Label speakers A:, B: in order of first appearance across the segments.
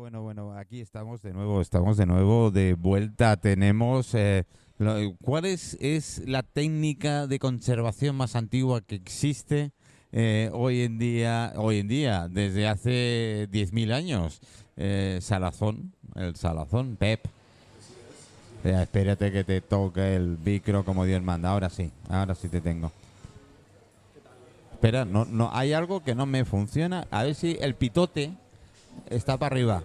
A: Bueno, bueno, aquí estamos de nuevo, estamos de nuevo de vuelta. Tenemos. eh, lo- ¿Cuál es, es la técnica de conservación más antigua que existe eh, hoy en día? Hoy en día, desde hace 10.000 años. Eh, salazón, el salazón, Pep. Espera, espérate que te toque el micro como Dios manda. Ahora sí, ahora sí te tengo. Espera, no, no, hay algo que no me funciona. A ver si el pitote está para arriba.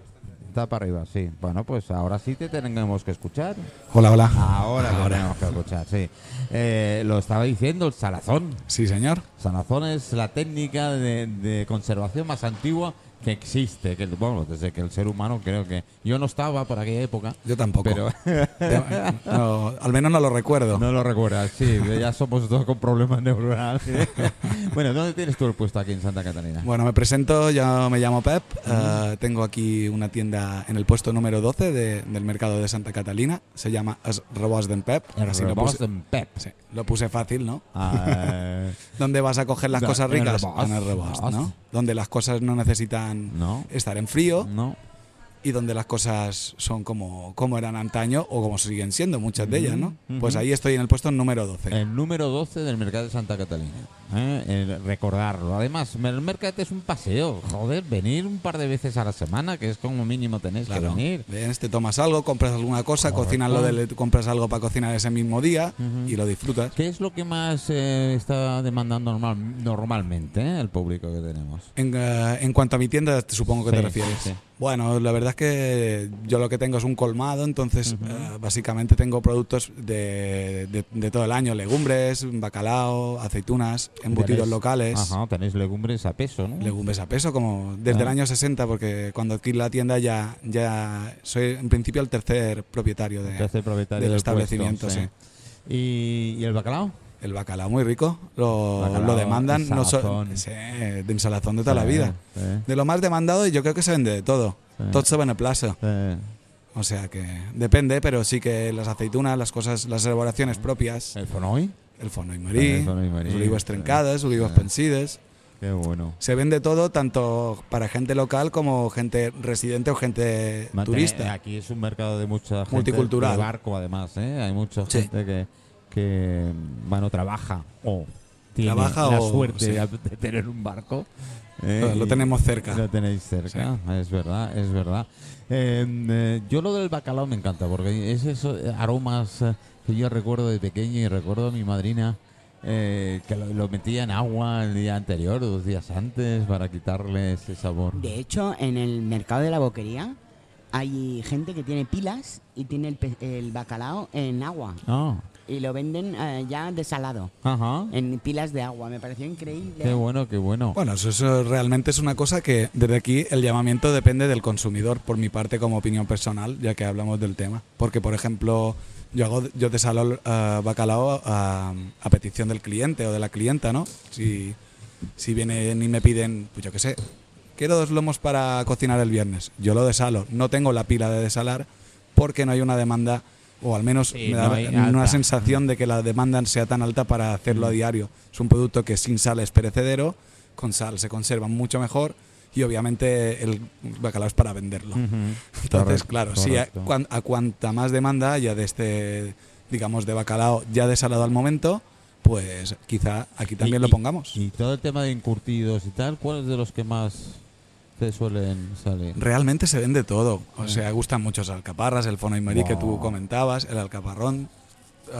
A: Está para arriba, sí. Bueno, pues ahora sí te tenemos que escuchar.
B: Hola, hola.
A: Ahora, te tenemos que escuchar, sí. Eh, lo estaba diciendo el salazón.
B: Sí, señor.
A: Salazón es la técnica de, de conservación más antigua que existe. Que, bueno, desde que el ser humano creo que... Yo no estaba por aquella época.
B: Yo tampoco.
A: Pero
B: Te- no, al menos no lo recuerdo.
A: no lo recuerdas, sí. Ya somos dos con problemas neuronales. bueno, ¿dónde tienes tú el puesto aquí en Santa Catalina?
B: Bueno, me presento, yo me llamo Pep, eh, tengo aquí una tienda en el puesto número 12 de- del mercado de Santa Catalina, se llama Es Robos d'en Pep, así lo
A: Rebos
B: puse,
A: en Pep.
B: sí, lo puse fácil, ¿no?
A: Ah, eh,
B: ¿Dónde vas a coger las
A: Da-
B: cosas
A: en el
B: ricas?
A: Rebost.
B: el Rebost,
A: Rebost.
B: ¿no? Donde las cosas no necesitan
A: No. Mm.
B: estar en frío
A: no.
B: y donde las cosas son como, como eran antaño o como siguen siendo muchas de ellas, ¿no?
A: Mm. Ujú,
B: Pues
A: ujú.
B: ahí estoy en el puesto número 12.
A: El número 12 del mercado de Santa Catalina. ¿eh? El recordarlo. Además, el mercado es un paseo. Joder, venir un par de veces a la semana, que es como mínimo tenéis que
B: Claro.
A: venir.
B: Ves, te tomas algo, compras alguna cosa,
A: Correcto.
B: cocinas lo de, compras algo para cocinar ese mismo día
A: Ujú.
B: y lo disfrutas.
A: ¿Qué es lo que más eh, está demandando normal- normalmente eh, el público que tenemos?
B: En, eh, en cuanto a mi tienda, te- supongo que
A: Sí,
B: te refieres.
A: sí.
B: Bueno, la verdad es que yo lo que tengo es un colmado, entonces eh, básicamente tengo productos de, de- de todo el año, legumbres, bacalao, aceitunas, embutidos
A: Tenéis-
B: locales,
A: Ajá, tenéis legumbres a peso, ¿no?
B: legumbres a peso, como desde el
A: Ah.
B: año 60, porque cuando adquirí la tienda ya, ya soy en principio el tercer propietario de,
A: Que hace el propietario
B: del
A: del
B: establecimiento,
A: puesto,
B: sí.
A: ¿Y, y el bacalao?
B: El bacalao muy rico, lo,
A: Bacalao,
B: lo demandan, no so-
A: salazón.
B: sí, de un salazón de toda la
A: Sí,
B: vida.
A: sí,
B: De lo más demandado y yo creo que se vende de todo.
A: Sí.
B: Todo se vende plaza.
A: sí.
B: O sea que depende, pero sí que las aceitunas, las cosas, las elaboraciones propias,
A: ¿El fonoy?
B: el fono y
A: Sí,
B: marí,
A: el fonoll marí,
B: las olivas
A: sí.
B: trencadas, olivas
A: Sí.
B: pensides.
A: Qué bueno.
B: Se vende todo tanto para gente local como gente residente o gente
A: Mate,
B: turista.
A: Aquí es un mercado de mucha gente.
B: Multicultural.
A: De barco, además, ¿eh? Hay mucha
B: Sí.
A: gente que, que, bueno, trabaja o tiene
B: Trabaja
A: la
B: o-
A: suerte
B: sí.
A: de tener un barco. ¿eh?
B: Lo- lo
A: Y
B: tenemos cerca.
A: Lo tenéis cerca, es verdad, es verdad. Eh, eh, yo lo del bacalao me encanta porque es esos aromas eh, que yo recuerdo de pequeño y recuerdo a mi madrina eh, que lo, lo metía en agua el día anterior, dos días antes, para quitarle ese sabor.
C: De hecho, en el mercado de la boquería hay gente que tiene pilas y tiene el, pe- el bacalao en agua
A: Ah,
C: y lo venden eh, ya desalado,
A: ajá.
C: en pilas de agua. Me pareció increíble.
A: Qué bueno, qué bueno.
B: Bueno, eso, eso realmente es una cosa que desde aquí el llamamiento depende del consumidor, por mi parte como opinión personal, ya que hablamos del tema. Porque, por ejemplo, yo hago yo desalo eh, bacalao a, a petición del cliente o de la clienta, ¿no? Si, si vienen y me piden, pues yo qué sé, quiero dos lomos para cocinar el viernes, yo lo desalo. No tengo la pila de desalar porque no hay una demanda, o al menos
A: Sí,
B: me da
A: no hay
B: una
A: alta.
B: sensación de que la demanda sea tan alta para hacerlo a diario. Es un producto que sin sal es perecedero, con sal se conserva mucho mejor y obviamente el bacalao es para venderlo. Entonces,
A: Correcto,
B: claro, sí, a,
A: correcto.
B: cuan- a cuanta más demanda haya de este, digamos, de bacalao ya desalado al momento, pues quizá aquí también
A: Y-
B: lo
A: y-
B: pongamos.
A: Y todo el tema de encurtidos y tal, ¿cuál es de los que más te suelen salir?
B: Realmente se vende todo. O sea, gustan muchos alcaparras, el fono y marí que tú
A: Wow.
B: comentabas, el alcaparrón,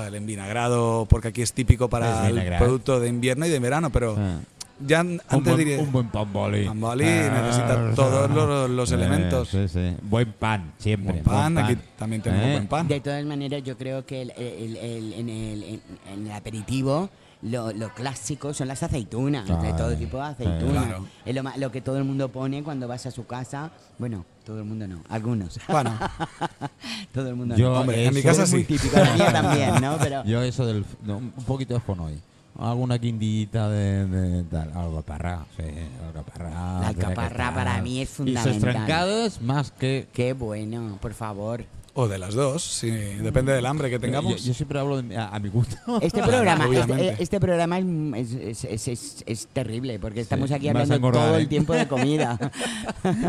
B: el envinagrado, porque aquí es típico para
A: Es
B: el
A: vinagrar.
B: producto de invierno y de verano, pero
A: Ah,
B: ya an-
A: un,
B: antes
A: buen,
B: diré...
A: un buen pan boli.
B: Pamboli
A: Ah,
B: necesita todos los, los
A: eh,
B: elementos.
A: sí, sí. Buen pan, siempre.
B: Buen pan, aquí también tenemos
A: Eh,
B: buen pan.
C: De todas maneras, yo creo que el- el- el- en, el, en- en el aperitivo lo, lo clásico son las aceitunas, de
A: Ay,
C: todo tipo de aceitunas.
B: claro.
C: Es lo, ma- lo que todo el mundo pone cuando vas a su casa. Bueno, todo el mundo no, algunos.
B: Bueno,
C: todo el mundo
A: Yo,
C: no.
B: Hombre, en mi
A: eso-
B: casa
C: Es muy
B: sí.
C: típico, la mía también, ¿no? Pero
A: Yo eso del... no, un poquito de fonoy. Alguna quindillita de, de tal. Alcaparra, sí. Alcaparra.
C: La
A: tiene que
C: alcaparra
A: estar.
C: para mí es
A: Y sus
C: fundamental.
A: trancadas más que...
C: qué bueno, por favor.
B: o de las dos, si depende del hambre que tengamos.
A: Mm. Yo, yo siempre hablo de mi- a, a mi gusto.
C: Este
B: Claro,
C: programa,
B: obviamente.
C: este, este programa es, es- es- es- es terrible porque estamos aquí
A: me vas a
C: hablando
A: engordar,
C: todo
A: ¿eh?
C: el tiempo de comida.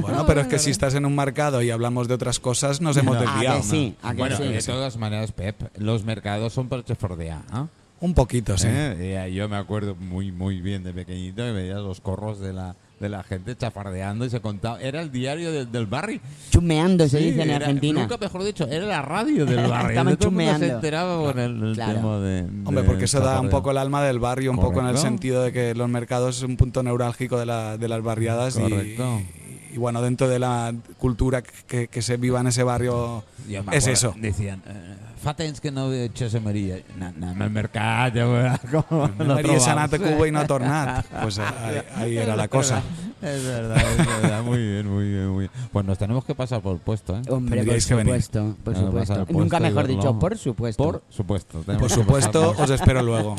B: Bueno, pero es que si estás en un mercado y hablamos de otras cosas, nos hemos
A: No.
C: Ah,
B: desviado.
C: que sí, ah, que
A: bueno,
C: sí.
A: de todas maneras, Pep, los mercados son para chefordea, ¿ah?
B: Un poquito, sí.
A: Eh, eh, yo me acuerdo muy muy bien de pequeñito y veía los corros de la, de la gente chafardeando y se contaba. Era el diario del- del barrio.
C: Chumeando se
A: Sí,
C: dice en
A: era-
C: Argentina.
A: Nunca mejor dicho, era la radio del barrio. Todo
C: Estaban
A: el mundo se
C: chumeando.
A: enteraba con el, el
C: Claro.
A: tema de,
B: Hombre,
A: de
B: porque eso da un
A: chafardear.
B: poco el alma del barrio, un poco en el
A: Correcto.
B: sentido de que los mercados es un punto neurálgico de, la- de las barriadas y,
A: Correcto.
B: y, bueno, dentro de la cultura que, que se viva en ese barrio
A: Yo me
B: es
A: acuerdo,
B: eso.
A: Decían, eh, fa temps que no veig a Maria. No, no, en el mercat, ja veurà com
B: No
A: la
B: María
A: trobam.
B: Sanat de Cuba y no Tornat. Pues ahí, ahí era la cosa.
A: Es verdad, es verdad. Muy bien, muy bien, muy bien. Pues nos tenemos que pasar por puesto, ¿eh?
C: Hombre, por
B: Tendríais que venir.
C: supuesto, por
A: Ah, vas al
C: supuesto.
A: puesto
C: Nunca
A: y
C: mejor
A: verlo.
C: dicho, por supuesto.
A: Por supuesto. tenemos
B: Por
A: que
B: supuesto,
A: pasarnos.
B: os espero luego.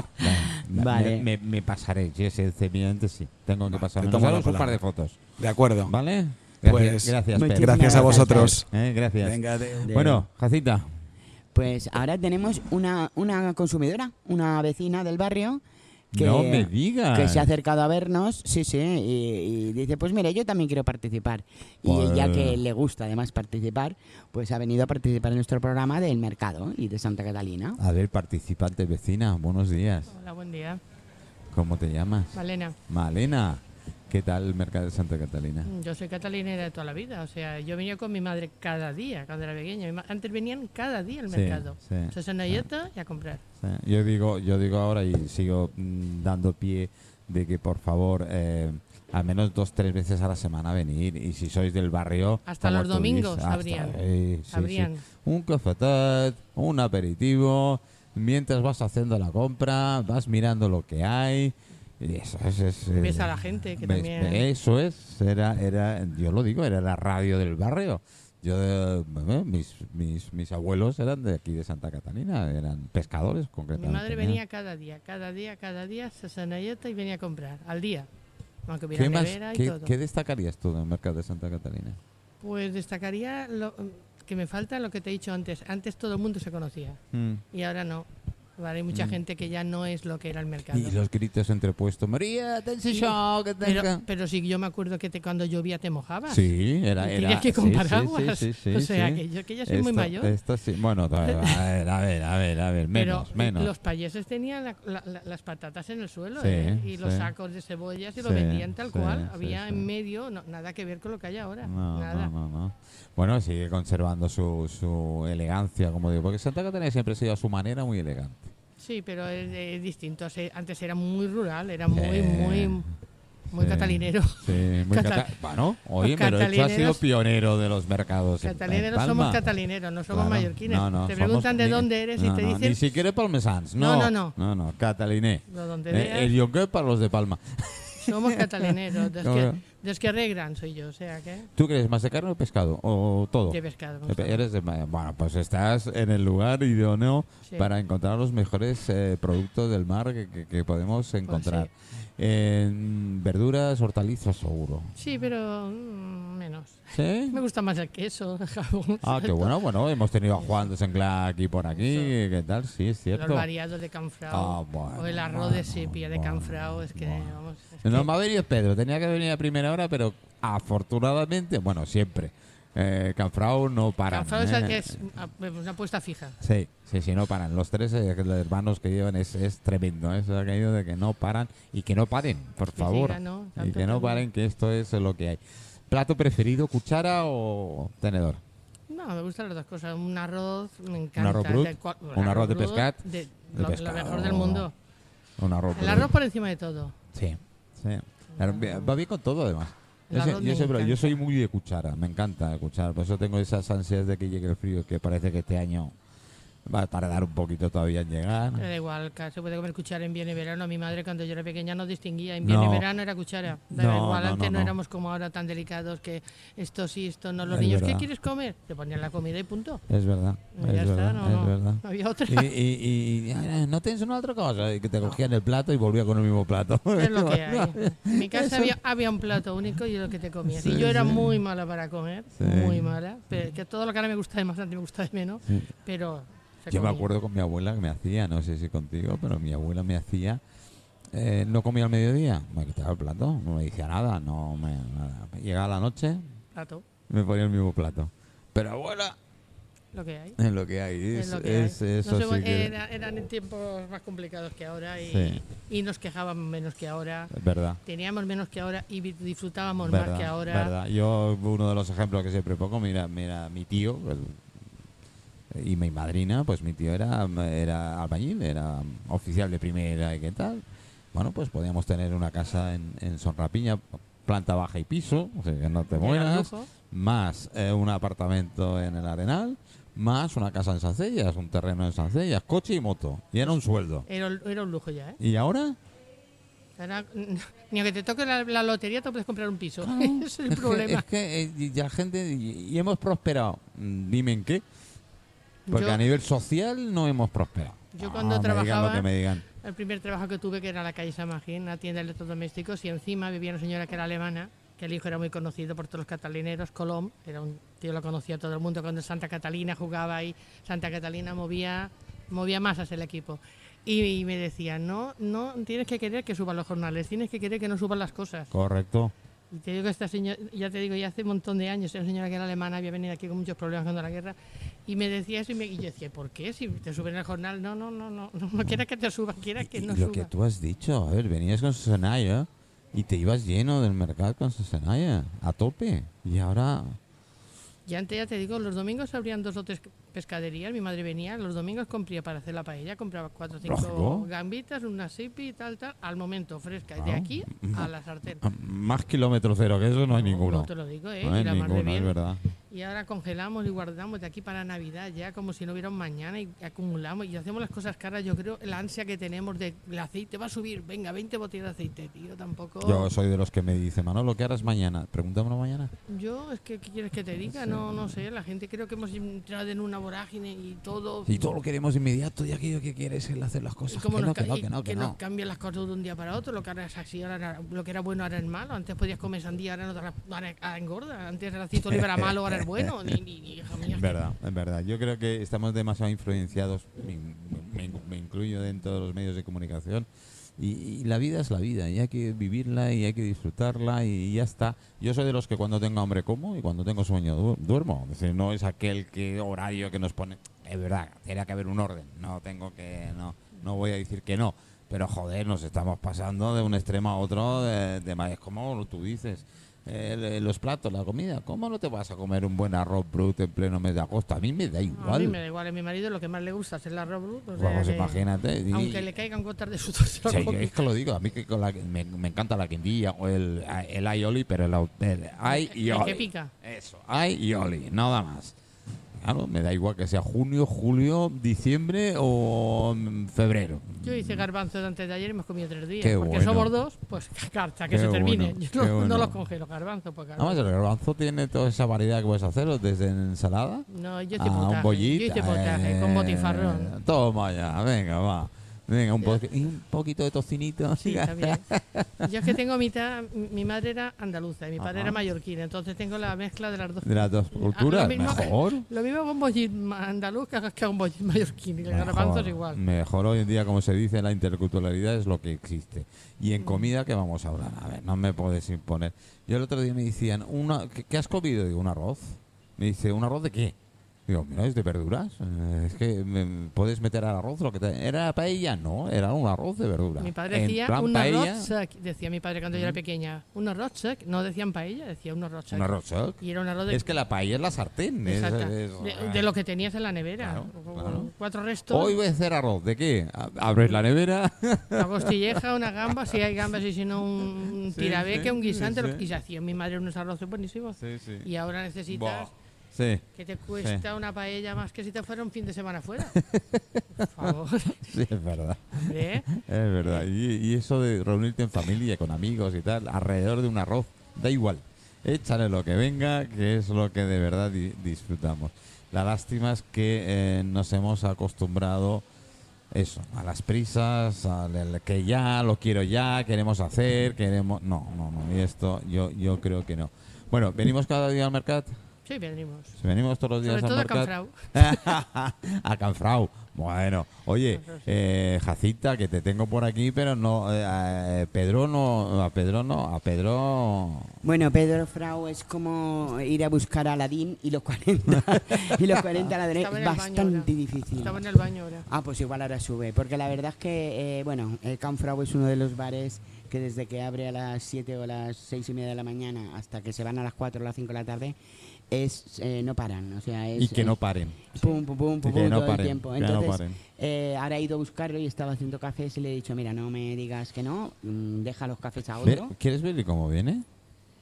A: Me-
C: Vale.
A: Me, me pasaré, yo sencillamente sí. Tengo que pasarme.
B: te
A: Nos
B: tomo la
A: damos un
B: palabra.
A: par de fotos,
B: De acuerdo.
A: ¿vale?
B: Pues,
A: gracias, Pep.
C: muchísimas
B: Gracias a vosotros.
A: Eh, gracias.
B: Venga, de-
A: Bueno, Jacita,
C: Pues ahora tenemos una, una consumidora, una vecina del barrio. Que,
A: no me digas.
C: que se ha acercado a vernos, sí, sí, y, y dice, pues mire, yo también quiero participar. Y
A: Joder.
C: ella que le gusta además participar, pues ha venido a participar en nuestro programa del mercado y de Santa Catalina.
A: A ver, participante vecina, buenos días.
D: Hola, buen día.
A: ¿Cómo te llamas?
D: Malena,
A: Malena. ¿Qué tal el mercado de Santa Catalina?
D: yo soy catalinera de toda la vida. O sea, yo venía con mi madre cada día, cuando era pequeña. Mi ma- Antes venían cada día al
A: Sí,
D: mercado.
A: sí.
D: Se sonayeta y a comprar.
A: Eh, Yo digo, yo digo ahora y sigo mm, dando pie de que por favor eh, al menos dos tres veces a la semana venir y si sois del barrio
D: Hasta
A: como
D: los
A: tú
D: domingos
A: dices, hasta-
D: abrían.
A: eh, sí, sí.
D: Abrían.
A: un cafetet, un aperitivo, mientras vas haciendo la compra, vas mirando lo que hay. Y eso es, es, eh,
D: Ves a la gente Este, que
A: ves-
D: también-
A: Eso es, era, era, yo lo digo, era la radio del barrio. Yo, eh, bueno, mis, mis, mis abuelos eran de aquí de Santa Catalina, eran pescadores
D: Mi
A: concretamente.
D: madre
A: mira.
D: venía cada día, cada día, cada día, se sonayeta y venía a comprar, al día. Aunque hubiera
A: ¿Qué, más,
D: nevera y
A: qué,
D: todo.
A: qué destacarías tú del mercado de Santa Catalina?
D: Pues destacaría lo que me falta lo que te he dicho antes. Antes todo el mundo se conocía y ahora no. Vale, hay mucha gente que ya no es lo que era el mercado.
A: Mm. Y los gritos entrepuestos, María, ten
D: Sí.
A: show, que tenga.
D: Pero, pero sí, yo me acuerdo que te, cuando llovía te mojabas.
A: Sí, era.
D: Tenías
A: era
D: que ir con
A: sí, sí,
D: paraguas.
A: sí, sí,
D: O
A: sí,
D: sea,
A: sí.
D: que yo- que ya soy muy
A: Esto-
D: mayor.
A: esto sí. Bueno, a ver, a ver, a ver, a ver, a ver, menos,
D: pero eh,
A: menos.
D: los payeses tenían la- la- la- las patatas en el suelo
A: Sí,
D: ¿eh? y los
A: sí.
D: sacos de cebollas y lo
A: Sí,
D: vendían tal
A: sí,
D: cual.
A: sí,
D: Había
A: sí.
D: en medio no, nada que ver con lo que hay ahora.
A: No,
D: nada.
A: no, no, no. Bueno, sigue conservando su, su elegancia, como digo, porque Santa Catalina siempre ha sido a su manera muy elegante.
D: Sí, pero es, es distinto. Se- Antes era muy rural, era
A: Sí,
D: muy, muy, muy
A: sí.
D: catalinero.
A: Sí, muy
D: Cata-
A: cata- Bueno, oye,
D: Los
A: pero esto ha sido
D: catalineros-
A: pionero de los mercados. en- en
D: Catalineros
A: Palma.
D: somos catalineros, no somos
A: Claro.
D: mallorquines.
A: No, no,
D: te
A: somos
D: preguntan de
A: ni-
D: dónde eres
A: no,
D: y te
A: no,
D: dicen
A: Ni siquiera palmesans. No,
D: No, no, no.
A: No, no, cataliné.
D: de dónde
A: Eh, el yonqué para los de Palma.
D: Somos catalaneros, de los que,
A: Claro.
D: de los que arreglan soy yo, o sea que
A: ¿Tú crees más de carne o pescado? ¿O todo?
D: de pescado. me
A: Eh,
D: gusta.
A: Eres de ma- bueno, pues estás en el lugar idóneo
D: Sí.
A: para encontrar los mejores eh, productos del mar que, que- que podemos
D: Pues
A: encontrar. En verduras, hortalizas, seguro.
D: Sí, pero mm, menos.
A: ¿Sí?
D: Me gusta más el queso, el jamón.
A: Ah, qué bueno, bueno, hemos tenido a Juan de Senclá aquí por aquí, ¿qué tal? Sí, es
D: Los
A: cierto.
D: variados de canfrao.
A: Ah, bueno,
D: o el arroz
A: bueno,
D: de sepia de
A: bueno,
D: canfrao. Es que,
A: bueno.
D: vamos. es que-
A: No me ha venido Pedro, tenía que venir a primera hora, pero afortunadamente, bueno, siempre, eh, Canfrao no para.
D: canfrao es, el que es ah, pues, una apuesta fija.
A: Sí, sí, sí, no paran. Los tres eh, los hermanos que llevan es, es tremendo. ¿eh? Eso ha caído de que no paran y que no paren, por
D: siga,
A: favor.
D: ¿no?
A: Y
D: Tanto
A: que no
D: cambio.
A: paren, que esto es lo que hay. ¿Plato preferido, cuchara o tenedor?
D: No, me gustan las dos cosas. Un arroz, me encanta.
A: arroz brut,
D: de cua-
A: un arroz de
D: brut,
A: pescat,
D: de-
A: de
D: lo, lo
A: pescado.
D: mejor del mundo.
A: Un arroz.
D: El
A: blanco.
D: arroz por encima de todo.
A: Sí, sí. Claro, Va bien con todo, además.
D: El
A: Yo, sé-
D: arroz
A: yo
D: me
A: sé, pero yo
D: encanta.
A: soy muy de cuchara, me encanta cuchara. Por eso tengo esas ansias de que llegue el frío, que parece que este año Va a tardar un poquito todavía en llegar.
D: Me da igual, ca- se puede comer cuchara en invierno y verano. Mi madre cuando yo era pequeña no distinguía, invierno
A: No.
D: y verano era cuchara. Da
A: No,
D: igual,
A: no,
D: antes
A: no,
D: no,
A: no.
D: éramos como ahora tan delicados que esto sí, esto no.
A: Es
D: Los niños,
A: verdad.
D: ¿qué quieres comer? Te ponían la comida y punto.
A: Es verdad,
D: Ya
A: es
D: está,
A: verdad,
D: no,
A: es
D: no.
A: verdad.
D: No había otra.
A: Y, y- y- y, "Ah, no tienes una otra cosa, y que te cogían el plato y volvía con el mismo plato.
D: Es lo que hay. En mi casa había, había un plato único y es lo que te comías.
A: Sí,
D: y yo era
A: sí.
D: muy mala para comer,
A: Sí.
D: muy mala. Pero que todo lo que ahora me gusta de más, antes me gusta de menos.
A: Sí.
D: Pero se
A: Yo me
D: comía.
A: acuerdo con mi abuela que me hacía, no sé si contigo, pero mi abuela me hacía. eh, no comía al mediodía, me quitaba el plato, no me decía nada, no me. Nada. Llegaba la noche,
D: Plato,
A: me ponía el mismo plato. Pero abuela,
D: lo que hay.
A: es lo que hay,
D: Es
A: es,
D: lo que
A: es-
D: hay.
A: eso
D: Nos hemos-
A: sí que-
D: era- eran en tiempos más complicados que ahora y,
A: Sí.
D: y nos quejábamos menos que ahora.
A: es verdad.
D: Teníamos menos que ahora y vi- disfrutábamos
A: Verdad,
D: más que ahora.
A: verdad. Yo, uno de los ejemplos que siempre pongo, mira, mira mi tío el- y mi madrina, pues mi tío era, era albañil, era oficial de primera y qué tal. Bueno, pues podíamos tener una casa en, en Sonrapiña, planta baja y piso, o sea que no te
D: Era
A: mueras,
D: lujo.
A: más eh, un apartamento en el Arenal, más una casa en Sancellas, un terreno en Sancellas, coche y moto, y era un sueldo.
D: Era, un- era un lujo ya, ¿eh?
A: ¿Y ahora?
D: Ahora, ni aunque te toque la, la lotería te puedes comprar un piso.
A: Claro.
D: Ese es el
A: que-
D: problema.
A: es que eh, y la gente, y, y hemos prosperado. Mm, Dime en qué. Porque
D: Yo-
A: a nivel social no hemos prosperado.
D: Yo
A: No,
D: cuando
A: me digan lo
D: trabajaba-
A: que me digan.
D: El primer trabajo que tuve, que era en la calle Samagín, una tienda de electrodomésticos, y encima vivía una señora que era alemana, que el hijo era muy conocido por todos los catalineros, Colom, era un tío, lo conocía todo el mundo, cuando Santa Catalina jugaba ahí, Santa Catalina movía, movía masas el equipo. Y, y me decía, no, no, tienes que querer que suban los jornales, tienes que querer que no suban las cosas.
A: Correcto.
D: Y te digo que esta señora, ya te digo, ya hace un montón de años, era una señora que era alemana, había venido aquí con muchos problemas cuando la guerra, y me decía eso, y, me- y yo decía, ¿por qué? Si te suben el jornal, no, no, no, no, no, no quieras que te suba, quieras que
A: Y-
D: no
A: y lo
D: suba.
A: que tú has dicho, a ver, venías con Sosanaya y te ibas lleno del mercado con Sosanaya, a tope. Y ahora.
D: Y antes ya te digo, los domingos abrían dos o tres pescaderías, mi madre venía, los domingos compría para hacer la paella, compraba cuatro o cinco
A: Lógico.
D: gambitas, una sipi y tal, tal, al momento, fresca, de
A: Claro.
D: aquí a la sartén.
A: a- Más kilómetro cero que eso no hay
D: No,
A: ninguno.
D: no te lo digo, ¿eh?
A: No hay
D: Y la mar de
A: ninguno, es
D: bien.
A: verdad.
D: Y ahora congelamos y guardamos de aquí para Navidad ya como si no hubiera un mañana y acumulamos y hacemos las cosas caras. Yo creo la ansia que tenemos de el aceite va a subir. Venga, 20 botellas de aceite, tío, tampoco.
A: Yo soy de los que me dice, Manolo, ¿qué harás mañana? Pregúntamelo mañana.
D: Yo, es que ¿qué quieres que te diga? No, no sé, la gente creo que hemos entrado en una vorágine y todo.
A: Y todo lo queremos inmediato y aquello que quieres es hacer las
D: Y
A: cosas.
D: cómo
A: que
D: nos
A: no,
D: ca-
A: que no,
D: y
A: que no, que
D: nos
A: no.
D: cambian las cosas de un día para otro, lo que ahora es así, ahora era- lo que era bueno ahora es malo. Antes podías comer sandía, ahora no te la ahora- ahora engorda. Antes el aceite de oliva era malo, ahora es bueno. Ni, ni, ni, hija mía,
A: Es verdad, es verdad. Yo creo que estamos demasiado influenciados, me, me- me incluyo dentro de los medios de comunicación, y, y la vida es la vida, y hay que vivirla y hay que disfrutarla y ya está. Yo soy de los que cuando tengo hambre como y cuando tengo sueño du- duermo. Es decir, no es aquel que horario que nos pone... Es verdad, tiene que haber un orden, no tengo que... No, no voy a decir que no. Pero joder, nos estamos pasando de un extremo a otro de, de ma- es como tú dices. El- el- Eh, los platos, la comida. ¿Cómo no te vas a comer un buen arroz brut en pleno mes de agosto? A mí me da
D: No, A
A: igual.
D: mí me da igual, a mi marido lo que más le gusta es el arroz bruto. o sea
A: Vamos,
D: que,
A: pues imagínate. Y-
D: Aunque le caigan gotas de sudor, se lo
A: Sí, yo
D: come.
A: es que lo digo, a mí que con la- me, me encanta la quindilla o el, el aioli, pero el, au- el ay y
D: El
A: oli.
D: que pica.
A: Eso, ay y oli, nada más. Claro, me da igual que sea junio, julio, diciembre o mm, febrero.
D: Yo hice garbanzos antes de ayer y hemos comido tres días.
A: Qué
D: porque
A: bueno.
D: somos dos, pues carta, que
A: Qué
D: se termine.
A: bueno,
D: Yo
A: qué
D: no, no
A: bueno. Ah,
D: los congelo, garbanzos. Pues, garbanzo.
A: Además, el garbanzo tiene toda esa variedad que puedes hacer, desde ensalada
D: No, yo hice
A: a
D: potaje.
A: ah, un eh, bollito.
D: yo hice potaje con botifarrón.
A: Toma ya, venga, va. Venga, un, po- y un poquito de tocinito.
D: Sí, está bien. Yo es que tengo mitad, mi mi madre era andaluza y mi padre
A: Ajá.
D: era mallorquina, entonces tengo la mezcla de las dos.
A: De las dos culturas,
D: Ah, lo mismo-
A: mejor.
D: Lo mismo con bollín andaluz que que un bollín mallorquín y el garbanzo es igual.
A: Mejor hoy en día, como se dice, la interculturalidad es lo que existe. Y en comida, ¿qué vamos a hablar? A ver, no me puedes imponer. Yo el otro día me decían, una, ¿qué, qué has comido? Digo, un arroz. Me dice, ¿un arroz de qué? Digo, mira, es de verduras. Eh, Es que me- puedes meter al arroz lo que te... ¿Era paella? No, era un arroz de verduras.
D: Mi
A: En
D: padre decía
A: plan
D: un
A: paella,
D: arroz sec, decía mi padre cuando yo era pequeña. Un arroz sec, no decían paella, decía un arroz sec.
A: Un arroz sec.
D: Y era un arroz de,
A: Es que la paella es la sartén. es-
D: Exacto.
A: es-
D: de, de lo que tenías en la nevera.
A: Claro,
D: O-
A: claro.
D: Cuatro restos,
A: Hoy voy a hacer arroz. ¿De qué? A- Abres la nevera.
D: una costilleja, una gamba, si hay gambas y si no un
A: Sí,
D: tirabeque,
A: sí,
D: un guisante.
A: sí,
D: lo-
A: sí.
D: Y se hacían mi madre unos arroces buenísimos.
A: Sí, sí.
D: Y ahora necesitas
A: Buah. Sí.
D: que te cuesta una paella más que si te fuera un fin de semana fuera. Por favor,
A: Sí, es verdad.
D: hombre.
A: Es verdad. Y, y eso de reunirte en familia, con amigos y tal, alrededor de un arroz, da igual. Échale lo que venga, que es lo que de verdad di- disfrutamos. La lástima es que eh, nos hemos acostumbrado eso, a las prisas, al al que ya, lo quiero ya, queremos hacer, queremos... No, no, no. Y esto yo, yo creo que no. Bueno, ¿venimos cada día al mercado?
D: Sí, vendremos.
A: Si venimos todos los días
D: Sobre todo a
A: al mercado...
D: Canfrau.
A: a Canfrau. Bueno, oye,
D: Canfrau, sí.
A: eh, Jacita, que te tengo por aquí, pero no, eh, a, eh, Pedro no, a Pedro no, a Pedro.
C: Bueno, Pedro Frau es como ir a buscar a Aladín y los 40 y los 40 a la derecha.
D: Estaba en el baño
C: Bastante
D: ahora.
C: difícil.
D: Estaba en el baño ahora.
C: Ah, pues igual ahora sube, porque la verdad es que, eh, bueno, el Canfrau es uno de los bares que desde que abre a las 7 o las 6 y media de la mañana hasta que se van a las 4 o las 5 de la tarde, es eh, no paran, o sea, es...
A: Y que
C: es
A: no paren.
C: Pum, pum, pum, pum,
A: que
C: pum,
A: no
C: todo
A: paren,
C: el tiempo.
A: que no
C: Entonces,
A: paren.
C: eh, ahora he ido a buscarlo y estaba haciendo cafés y le he dicho, mira, no me digas que no, mm, deja los cafés a
A: Ve-
C: otro.
A: ¿Quieres verle cómo viene?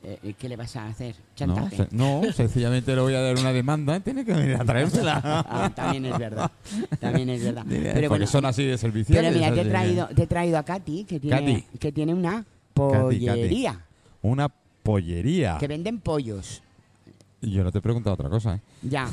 C: Eh, ¿Qué le vas a hacer?
A: No,
C: Chantaje.
A: se- no, sencillamente le voy a dar una demanda. ¿eh? Tiene que venir a traérsela.
C: Ah, también es verdad. También es verdad.
A: Dile,
C: Pero
A: Porque
C: bueno,
A: son así de servicios.
C: pero mira, te he traído, te he traído a Katy, que tiene,
A: Katy. Ah.
C: Que tiene una pollería.
A: Una pollería.
C: Que venden pollos.
A: Yo no te he preguntado otra cosa, ¿eh?
C: Ya,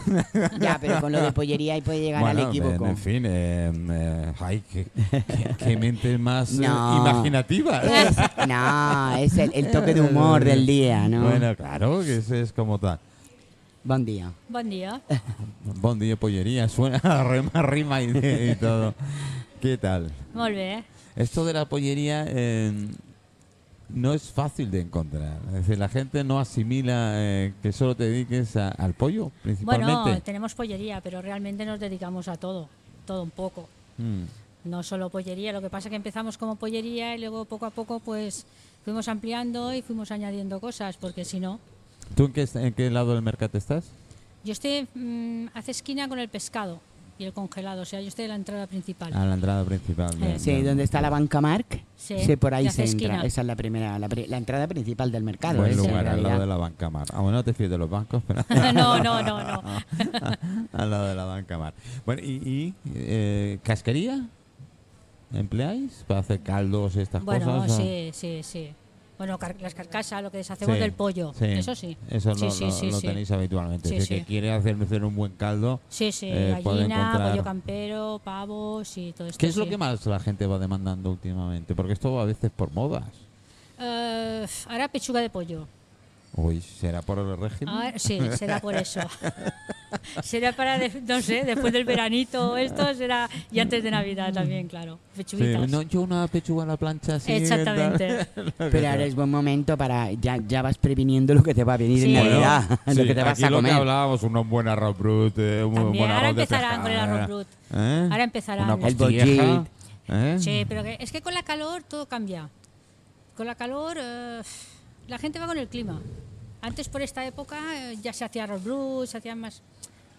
C: ya, pero con lo de pollería ahí puede llegar al equívoco.
A: En, en fin, eh, eh, ay, qué, qué- qué mente más eh,
C: No.
A: imaginativa. ¿eh?
C: Es- no, es el, el toque de humor del día, ¿no?
A: Bueno, claro, que ese es como tal.
C: Buen día.
E: Bon dia.
A: Eh. Bon día, pollería, suena a rima, rima y, de- y todo. ¿Qué tal?
E: Molt bé.
A: Esto de la pollería eh, no es fácil de encontrar. Es decir, la gente no asimila eh, que solo te dediques a- al pollo,
E: Bueno,
A: principalmente.
E: tenemos pollería, pero realmente nos dedicamos a todo, todo un poco.
A: Mm.
E: No solo pollería, lo que pasa es que empezamos como pollería y luego poco a poco pues fuimos ampliando y fuimos añadiendo cosas, porque si no...
A: ¿Tú en qué, est- en qué lado del mercado estás?
E: Yo estoy, mm, hace esquina con el pescado y el congelado, o sea, yo estoy en la entrada principal.
A: A la entrada principal. bien,
E: Eh,
C: Sí,
A: bien.
C: donde está la banca Marc.
E: Sí,
C: por ahí
E: ya hace
C: se entra.
E: esquina.
C: Esa es la primera, la, pri- la entrada principal del mercado.
E: ¿eh?
A: Buen
C: esa, en
A: lugar, al lado
C: realidad.
A: de la banca mar. Ah, bueno, no te fíes de los bancos, pero...
E: no, no, no, no.
A: al lado de la banca mar. Bueno, ¿y, y, eh, casquería? ¿Empleáis para hacer caldos y estas
E: Bueno,
A: cosas? o?
E: sí, sí, sí. Bueno, car- las carcasas, lo que deshacemos
A: Sí,
E: del pollo,
A: sí.
E: eso sí.
A: Eso
E: sí,
A: lo,
E: sí,
A: lo-
E: sí,
A: lo
E: sí.
A: tenéis habitualmente.
E: Sí,
A: si el que
E: sí.
A: quiere hacer, hacer un buen caldo...
E: Sí, sí,
A: eh, puede
E: gallina,
A: encontrar-
E: pollo campero, pavos y todo esto.
A: ¿Qué es lo
E: sí.
A: que más la gente va demandando últimamente? Porque esto va a veces por modas.
E: Eh, ahora pechuga de pollo.
A: Uy, ¿será por el régimen?
E: Ah, sí, será por eso. será para, de- no sé, después del veranito, esto será. Y antes de Navidad también, claro.
A: Sí,
E: Pechuguitas.
A: no, yo una pechuga en la plancha así...
E: Exactamente.
C: Pero ahora es buen momento para. Ya, ya vas previniendo lo que te va a venir en
E: Sí.
C: Navidad,
A: Sí,
C: lo que te vas
A: aquí
C: a
A: lo que
C: comer.
A: hablábamos, un buen arroz brut, eh, un
E: También,
A: buen
E: ahora
A: arroz de
E: empezarán con el
A: pescado,
E: arroz brut.
A: ¿eh?
E: Ahora empezarán.
A: Una
C: El
A: costilleja,
C: bollit.
A: ¿eh?
E: Sí, pero que- es que con la calor todo cambia. Con la calor eh, la gente va con el clima. Antes por esta época eh, ya se hacía arroz brut, se hacían más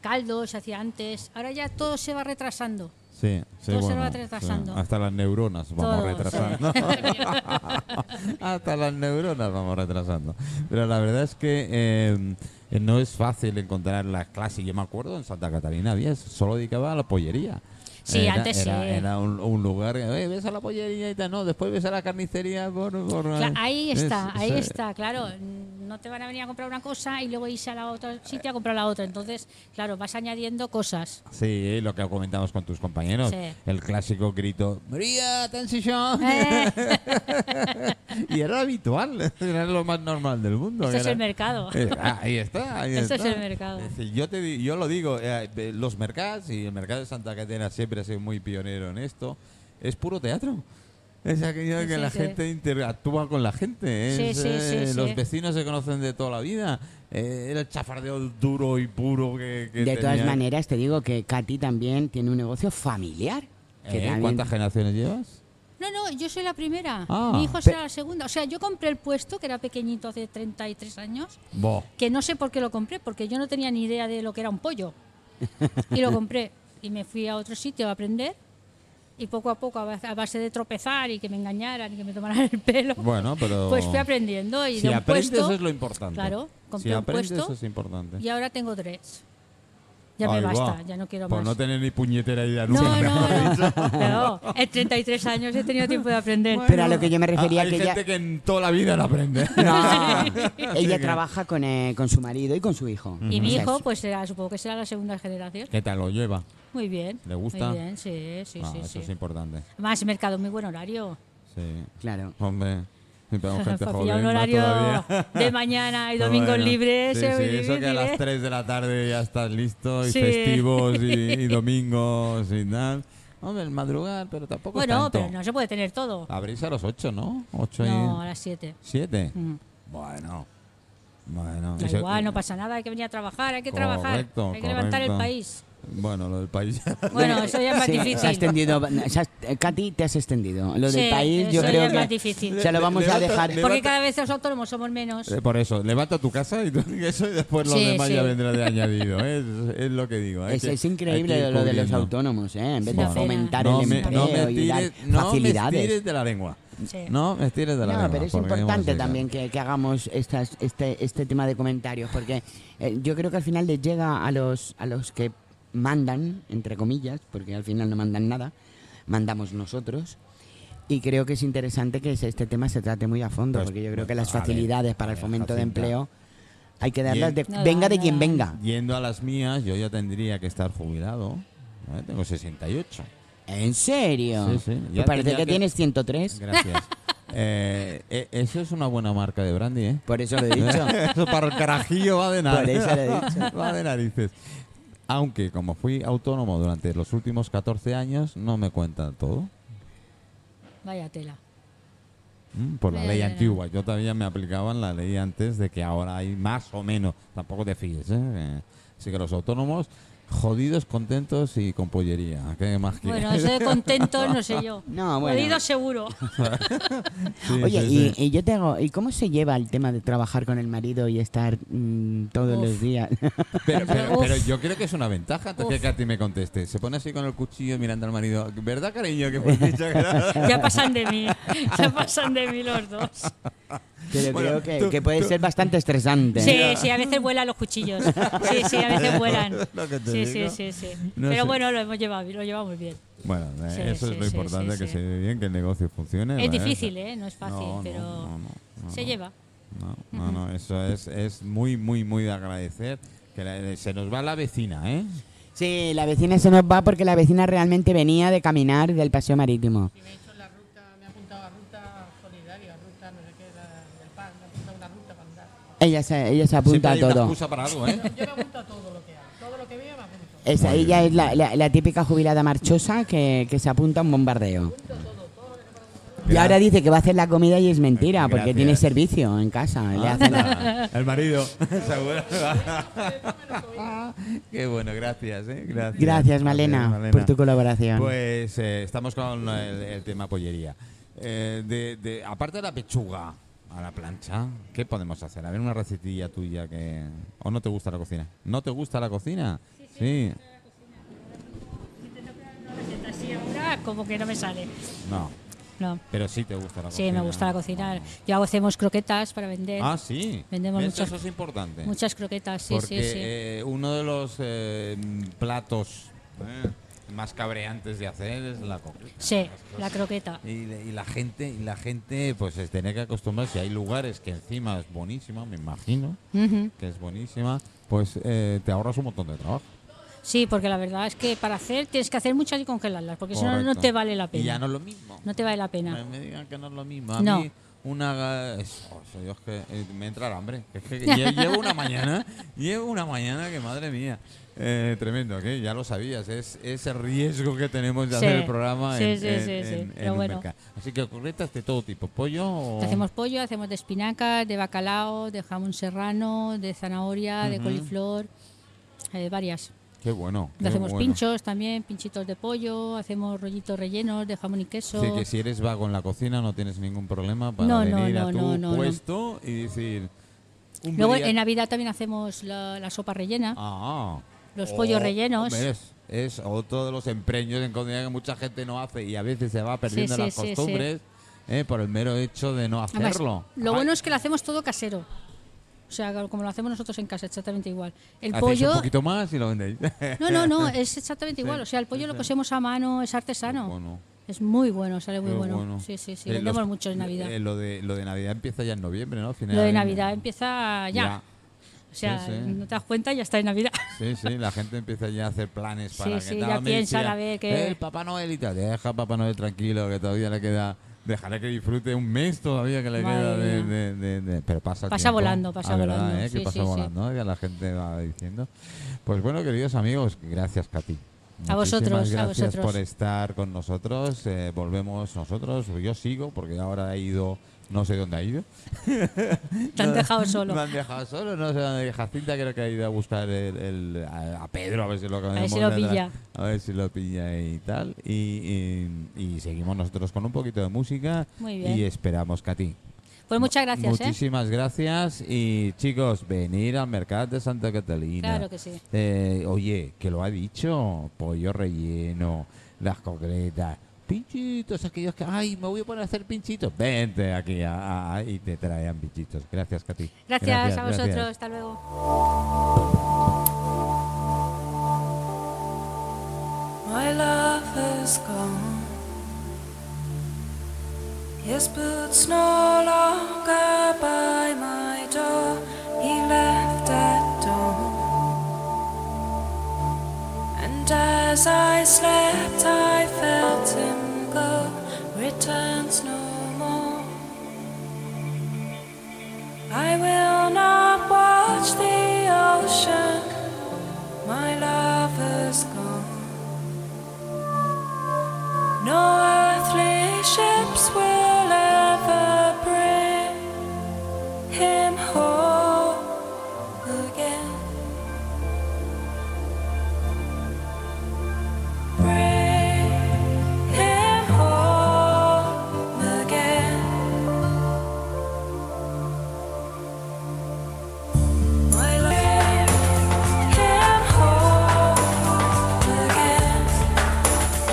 E: caldos, se hacía antes. Ahora ya todo se va retrasando.
A: Sí, sí,
E: Todo se
A: bueno,
E: va retrasando.
A: sí. Hasta las neuronas vamos
E: Todo,
A: retrasando. Hasta las neuronas vamos retrasando. Pero la verdad es que eh, no es fácil encontrar las clases. Yo me acuerdo en Santa Catalina había, solo dedicaba a la pollería.
E: Sí,
A: era,
E: antes sí.
A: era, Era un, un lugar, eh, ves a la pollería y tal, no, después ves a la carnicería por... por,
E: Cla-
A: eh,
E: ahí
A: es-
E: está, ahí
A: es-
E: está, claro. No te van a venir a comprar una cosa y luego irse a la
A: Eh.
E: otra sitio a comprar la otra. Entonces, claro, vas añadiendo cosas.
A: Sí, lo que comentamos con tus compañeros.
E: Sí.
A: El clásico grito, María, atención.
E: Eh,
A: y era habitual, era lo más normal del mundo.
E: esto este es
A: era-
E: el mercado.
A: Eh, ah, ahí está, ahí
E: Esto
A: está.
E: es el mercado.
A: Es decir, yo, te, di- yo lo digo, eh, de los mercados y el mercado de Santa Catena siempre ha sido muy pionero en esto, es puro teatro. Es aquello
E: Sí,
A: que
E: sí,
A: la
E: sí.
A: gente interactúa con la gente.
E: Sí,
A: es,
E: sí, sí,
A: eh,
E: sí.
A: Los vecinos se conocen de toda la vida. eh, era el chafardeo duro y puro que, que
C: De todas
A: tenía.
C: maneras, te digo que Katy también tiene un negocio familiar. Que
A: Eh,
C: también-
A: ¿Cuántas generaciones llevas?
E: No, no, yo soy la primera.
A: Ah.
E: Mi hijo será la segunda. O sea, yo compré el puesto, que era pequeñito hace 33 años,
A: Bo.
E: que no sé por qué lo compré, porque yo no tenía ni idea de lo que era un pollo. Y lo compré. Y me fui a otro sitio a aprender. Y poco a poco, a base- a base de tropezar y que me engañaran y que me tomaran el pelo,
A: Bueno, pero.
E: pues fui aprendiendo. Y
A: Si
E: de un
A: aprendes,
E: puesto,
A: es lo importante.
E: Claro, compré
A: Si
E: un
A: aprendes,
E: puesto
A: eso es importante.
E: y ahora tengo tres. Ya
A: Ahí
E: me
A: va.
E: basta, ya no quiero
A: Por
E: más.
A: no tener ni puñetera idea
E: no,
A: nunca. Ah,
E: no, no, no. En 33 años he tenido tiempo de aprender.
C: Pero a lo que yo me refería
A: Ah, hay
C: que
A: gente
C: ella,
A: que en toda la vida no aprende.
C: No,
A: Sí que-
C: ella trabaja con, eh, con su marido y con su hijo.
E: Y mi
C: O sea,
E: hijo,
C: es-
E: pues será- supongo que será la segunda generación.
A: ¿Qué tal lo lleva?
E: Muy bien.
A: ¿Le gusta?
E: Muy bien, sí, sí,
A: Ah,
E: sí.
A: eso
E: sí.
A: es importante.
E: Más mercado, muy buen horario.
A: Sí.
C: Claro.
A: Hombre, si tenemos gente
E: Para
A: joven.
E: pillar un
A: más
E: horario
A: todavía.
E: de mañana y domingos
A: Bueno,
E: libres
A: Sí,
E: es
A: sí,
E: muy
A: eso que a
E: difícil,
A: las
E: ¿eh?
A: 3 de la tarde ya estás listo, y
E: Sí.
A: festivos y, y domingos y tal. Hombre, el madrugar, pero tampoco es
E: Bueno,
A: tanto. Ah,
E: pero no se puede tener todo.
A: Abrís a las 8, ¿no? 8
E: No, a
A: y
E: las 7.
A: 7.
E: Mm.
A: Bueno. Bueno.
E: Da
A: Eso-
E: igual, no pasa nada, hay que venir a trabajar, hay que trabajar, hay que
A: Correcto,
E: levantar el
A: correcto.
E: país.
A: Bueno, lo del país.
E: Bueno, eso ya es más
C: Sí, se ha
E: difícil.
C: extendido. se ha- eh, Katy, te has extendido. Lo
E: Sí,
C: del país, yo
E: eso
C: creo
E: ya es más
C: que.
E: difícil.
C: Se lo vamos a
A: Levanta-
C: dejar.
A: levanta-
E: Porque cada vez los autónomos somos menos.
A: Eh, por eso, levanta tu casa y tú- eso y después lo
E: Sí,
A: demás
E: sí.
A: ya vendrá de añadido. ¿eh? Es, es lo que digo. hay
C: Es,
A: que-
C: es
A: hay que
C: increíble
A: ir
C: lo de los
A: cubriendo.
C: autónomos, ¿eh? En vez de
E: Una pena.
C: fomentar
A: No
C: el
A: me,
C: empleo
A: no me
C: y dar
A: tires, no me
C: facilidades.
A: tires de la lengua.
E: Sí.
A: No me tires de la lengua.
C: No, pero es
A: porque hemos
C: importante
A: llegado.
C: también que, que hagamos estas, este, este tema de comentarios, porque eh, yo creo que al final les llega a los, a los que mandan, entre comillas, porque al final no mandan nada, mandamos nosotros. Y creo que es interesante que ese- este tema se trate muy a fondo,
A: Pues,
C: porque yo creo que
A: bueno,
C: las
A: a ver, eh,
C: facilidades para
A: a
C: el
A: ver,
C: fomento de
A: Jacinta.
C: empleo hay que darlas, de,
E: Nada,
C: venga de
E: nada.
C: quien venga.
A: Yendo a las mías, yo ya tendría que estar jubilado. ¿eh? Tengo 68.
C: ¿En serio?
A: Sí, sí,
C: Me
A: ya
C: parece que,
A: tenía que-
C: tienes 103.
A: Gracias. Eh, eh, eso es una buena marca de brandy, ¿eh?
C: Por eso lo he dicho.
A: Eso para el carajillo va de narices.
C: Por eso lo he dicho.
A: Va de narices. Aunque como fui autónomo durante los últimos 14 años, no me cuentan todo.
E: Vaya tela.
A: Mm, Por la
E: Ya,
A: ley
E: ya, ya.
A: antigua. Yo todavía me aplicaban la ley antes de que ahora hay más o menos. Tampoco te fíes, ¿eh? Eh, Así que los autónomos, jodidos, contentos y con pollería. ¿Qué más quieres?
E: Bueno, eso de contento, no sé yo.
C: No, bueno.
E: Jodido seguro.
A: Sí,
C: Oye,
A: sí,
C: y,
A: sí.
C: y yo tengo, ¿y cómo se lleva el tema de trabajar con el marido y estar mm, todos
E: Uf.
C: los días?
A: Pero, pero-
E: Uf.
A: pero yo creo que es una ventaja antes que
E: Uf.
A: Katy me conteste. Se pone así con el cuchillo mirando al marido. ¿Verdad, cariño? Que me has dicho que no?
E: Ya pasan de mí. Ya pasan de mí los dos.
C: Pero
A: Bueno,
C: creo que,
A: tú-
C: que puede ser bastante estresante.
E: Sí, sí, a veces vuelan los cuchillos. Sí, sí, a veces vuelan.
A: Lo que te
E: Sí, sí,
A: digo.
E: sí, sí.
A: No
E: Pero
A: sé.
E: bueno, lo hemos llevado, lo llevamos bien.
A: Bueno, eh,
E: Sí,
A: eso
E: sí,
A: es lo
E: sí,
A: importante,
E: sí,
A: que
E: sí.
A: se ve bien, que el negocio funcione.
E: Es
A: ¿verdad?
E: difícil, ¿eh? No es fácil,
A: No, no,
E: pero
A: no, no, no,
E: se
A: no.
E: lleva.
A: No, no, no, eso es, es muy, muy, muy de agradecer. Que la- eh, se nos va la vecina, ¿eh?
C: Sí, la vecina se nos va porque la vecina realmente venía de caminar del paseo marítimo.
D: Y me he hecho la ruta, me he apuntado a ruta solidaria, ruta no sé qué, la- del pan, me he apuntado a una ruta para andar.
C: Ella se, ella se
A: Siempre
C: apunta
A: hay
C: a
A: una
C: todo.
A: excusa para algo, ¿eh?
D: Yo me apunto a todo lo que hago, todo lo que veo me apunto.
C: Esa, ella es la, la- la típica jubilada marchosa que, que se apunta a un bombardeo. Y ahora dice que va a hacer la comida y es mentira, porque
A: Gracias.
C: tiene servicio en casa. Le
A: Ah,
C: hacen-
A: el marido. Seguro. Qué bueno, gracias, ¿eh? Gracias,
C: Gracias, Malena, por tu colaboración.
A: Pues eh, estamos con el, el tema pollería. Eh, de, de- aparte de la pechuga a la plancha, ¿qué podemos hacer? A ver, una recetilla tuya que... ¿O no te gusta la cocina? ¿No te gusta la cocina? Sí.
E: Así ahora como que no me sale.
A: No,
E: No.
A: pero sí te gusta la
E: Sí,
A: cocina.
E: me gusta la cocina. Yo hago hacemos croquetas para vender.
A: Ah, sí.
E: Vendemos
A: ¿Ves?
E: muchas-
A: Eso es importante.
E: Muchas croquetas, sí,
A: Porque
E: sí, sí.
A: eh, uno de los eh, platos eh, más cabreantes de hacer es la coquita.
E: sí, la croqueta.
A: Y, la- y la gente, y la gente pues es tener que acostumbrarse. Hay lugares que encima es buenísima, me imagino,
E: Ujú.
A: que es buenísima, pues eh, te ahorras un montón de trabajo.
E: Sí, porque la verdad es que para hacer tienes que hacer muchas y congelarlas, porque si no, no
A: Correcto.
E: te vale la
A: Y ya
E: pena.
A: no es lo mismo.
E: No te vale la pena.
A: Me, me digan que no es lo mismo. A
E: No.
A: mí una... eso, eso, yo es que eh, me entra el hambre. Es que lle- llevo una mañana, llevo una mañana que madre mía. Eh, tremendo, que ya lo sabías, es es el riesgo que tenemos de
E: Sí.
A: hacer el programa
E: Sí,
A: en,
E: sí,
A: en-
E: sí, sí.
A: en- en
E: Pero
A: un
E: bueno.
A: mercado. Así que correctas de todo tipo, pollo o...
E: Hacemos pollo, hacemos de espinaca, de bacalao, de jamón serrano, de zanahoria, de
A: Ujú.
E: coliflor, eh, varias.
A: Qué bueno. qué
E: hacemos
A: bueno.
E: pinchos también, pinchitos de pollo, hacemos rollitos rellenos de jamón y queso.
A: Sí, que si eres vago en la cocina no tienes ningún problema para
E: No, no,
A: venir
E: no,
A: a tu
E: no, no, no.
A: puesto y decir... un
E: Luego
A: día-
E: en Navidad también hacemos la, la sopa rellena,
A: Ah,
E: los
A: Oh,
E: pollos rellenos.
A: hombre, Es, es otro de los empreños en comida que mucha gente no hace y a veces se va perdiendo
E: sí,
A: las
E: sí, sí.
A: costumbres eh, por el mero hecho de no
E: Además,
A: hacerlo. Ah.
E: lo
A: Ay,
E: bueno es que lo hacemos todo casero. O sea, como lo hacemos nosotros en casa, exactamente igual. El
A: hacéis
E: pollo.
A: un poquito más y lo vendéis.
E: No, no, no, es exactamente igual.
A: Sí,
E: O sea, el pollo
A: sí,
E: lo
A: sí.
E: cosemos a mano, es artesano.
A: Bueno,
E: Es muy bueno, sale muy
A: qué
E: bueno. Sí, sí, sí.
A: Eh,
E: Vendemos
A: los-
E: mucho en Navidad.
A: eh, lo, de, lo de Navidad empieza ya en noviembre, ¿no? Final
E: lo de Navidad empieza ya.
A: Ya.
E: O sea,
A: Sí, sí.
E: no te das cuenta, ya está en Navidad.
A: Sí, sí, la gente empieza ya a hacer planes para
E: Sí,
A: que
E: sí,
A: tal,
E: ya
A: me
E: piensan
A: decía,
E: a ver qué-
A: "Eh, Papá Noel y tal, deja a Papá Noel tranquilo, que todavía le queda... Dejará que disfrute un mes todavía que le
E: Madre
A: queda de,
E: mía.
A: de- de- de- Pero pasa el
E: Pasa
A: tiempo.
E: volando, pasa
A: Ah, ¿verdad,
E: volando.
A: eh? Que
E: Sí,
A: pasa
E: sí, sí.
A: volando, que la gente va diciendo. Pues bueno, queridos amigos, gracias, Katy.
E: A
A: Muchísimas
E: vosotros, a
A: gracias
E: vosotros.
A: por estar con nosotros. Eh, volvemos nosotros. Yo sigo porque ahora he ido, no sé dónde ha ido.
E: Te han dejado solo.
A: Me han dejado solo, no sé dónde. Jacinta creo que ha ido a buscar el, el- a, a Pedro, a ver si lo
E: ver si
A: podemos
E: lo
A: detrás.
E: pilla.
A: A ver si lo pilla y tal. Y, y- y seguimos nosotros con un poquito de música.
E: Muy bien.
A: Y esperamos, Katy.
E: Pues muchas gracias, ¿eh?
A: Muchísimas gracias. Y chicos, venir al mercado de Santa Catalina.
E: Claro que sí.
A: Eh, oye, que lo ha dicho, pollo relleno, las concretas, pinchitos, aquellos que, ay, me voy a poner a hacer pinchitos. Vente aquí a- a- a- y te traen pinchitos. Gracias, Katy.
E: Gracias, a vosotros,
A: gracias.
E: hasta luego.
F: My love has gone. His boots no longer by my door. He left at dawn. And as I slept, I felt him go. Returns no more. I will not watch the ocean. My love has gone. No earthly ships will ever bring him home again. Bring him home again. My love, him home again.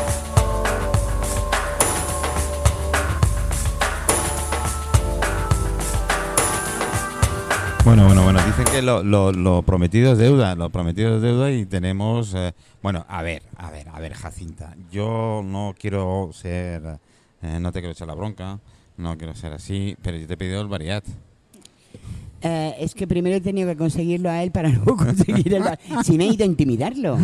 A: Bueno, bueno, bueno, dicen que lo, lo- lo prometido es deuda, lo prometido es deuda y tenemos... eh, bueno, a ver, a ver, a ver, Jacinta, yo no quiero ser... eh, no te quiero echar la bronca, no quiero ser así, pero yo te he pedido el variat.
C: Eh, es que primero he tenido que conseguirlo a él para luego conseguir el bar. Si me he ido a intimidarlo.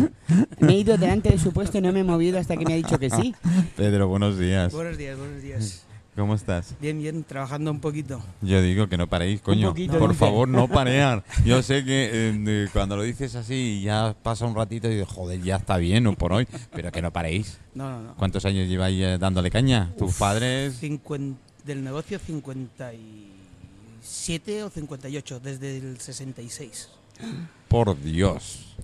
C: Me he ido delante de su puesto y no me he movido hasta que me ha dicho que sí.
A: Pedro, buenos días.
G: Buenos días, buenos días.
A: ¿Cómo estás?
G: Bien, bien, trabajando un poquito.
A: Yo digo que no paréis, coño.
G: poquito,
A: Por
G: dice.
A: favor, no parear. Yo sé que eh, eh, cuando lo dices así ya pasa un ratito y dices, joder, ya está bien por hoy, pero que no paréis.
G: No, no, no.
A: ¿Cuántos años lleváis eh, dándole caña? ¿Tus padres?
G: Cincuen- del negocio 57 o 58, desde el 66.
A: Por Dios.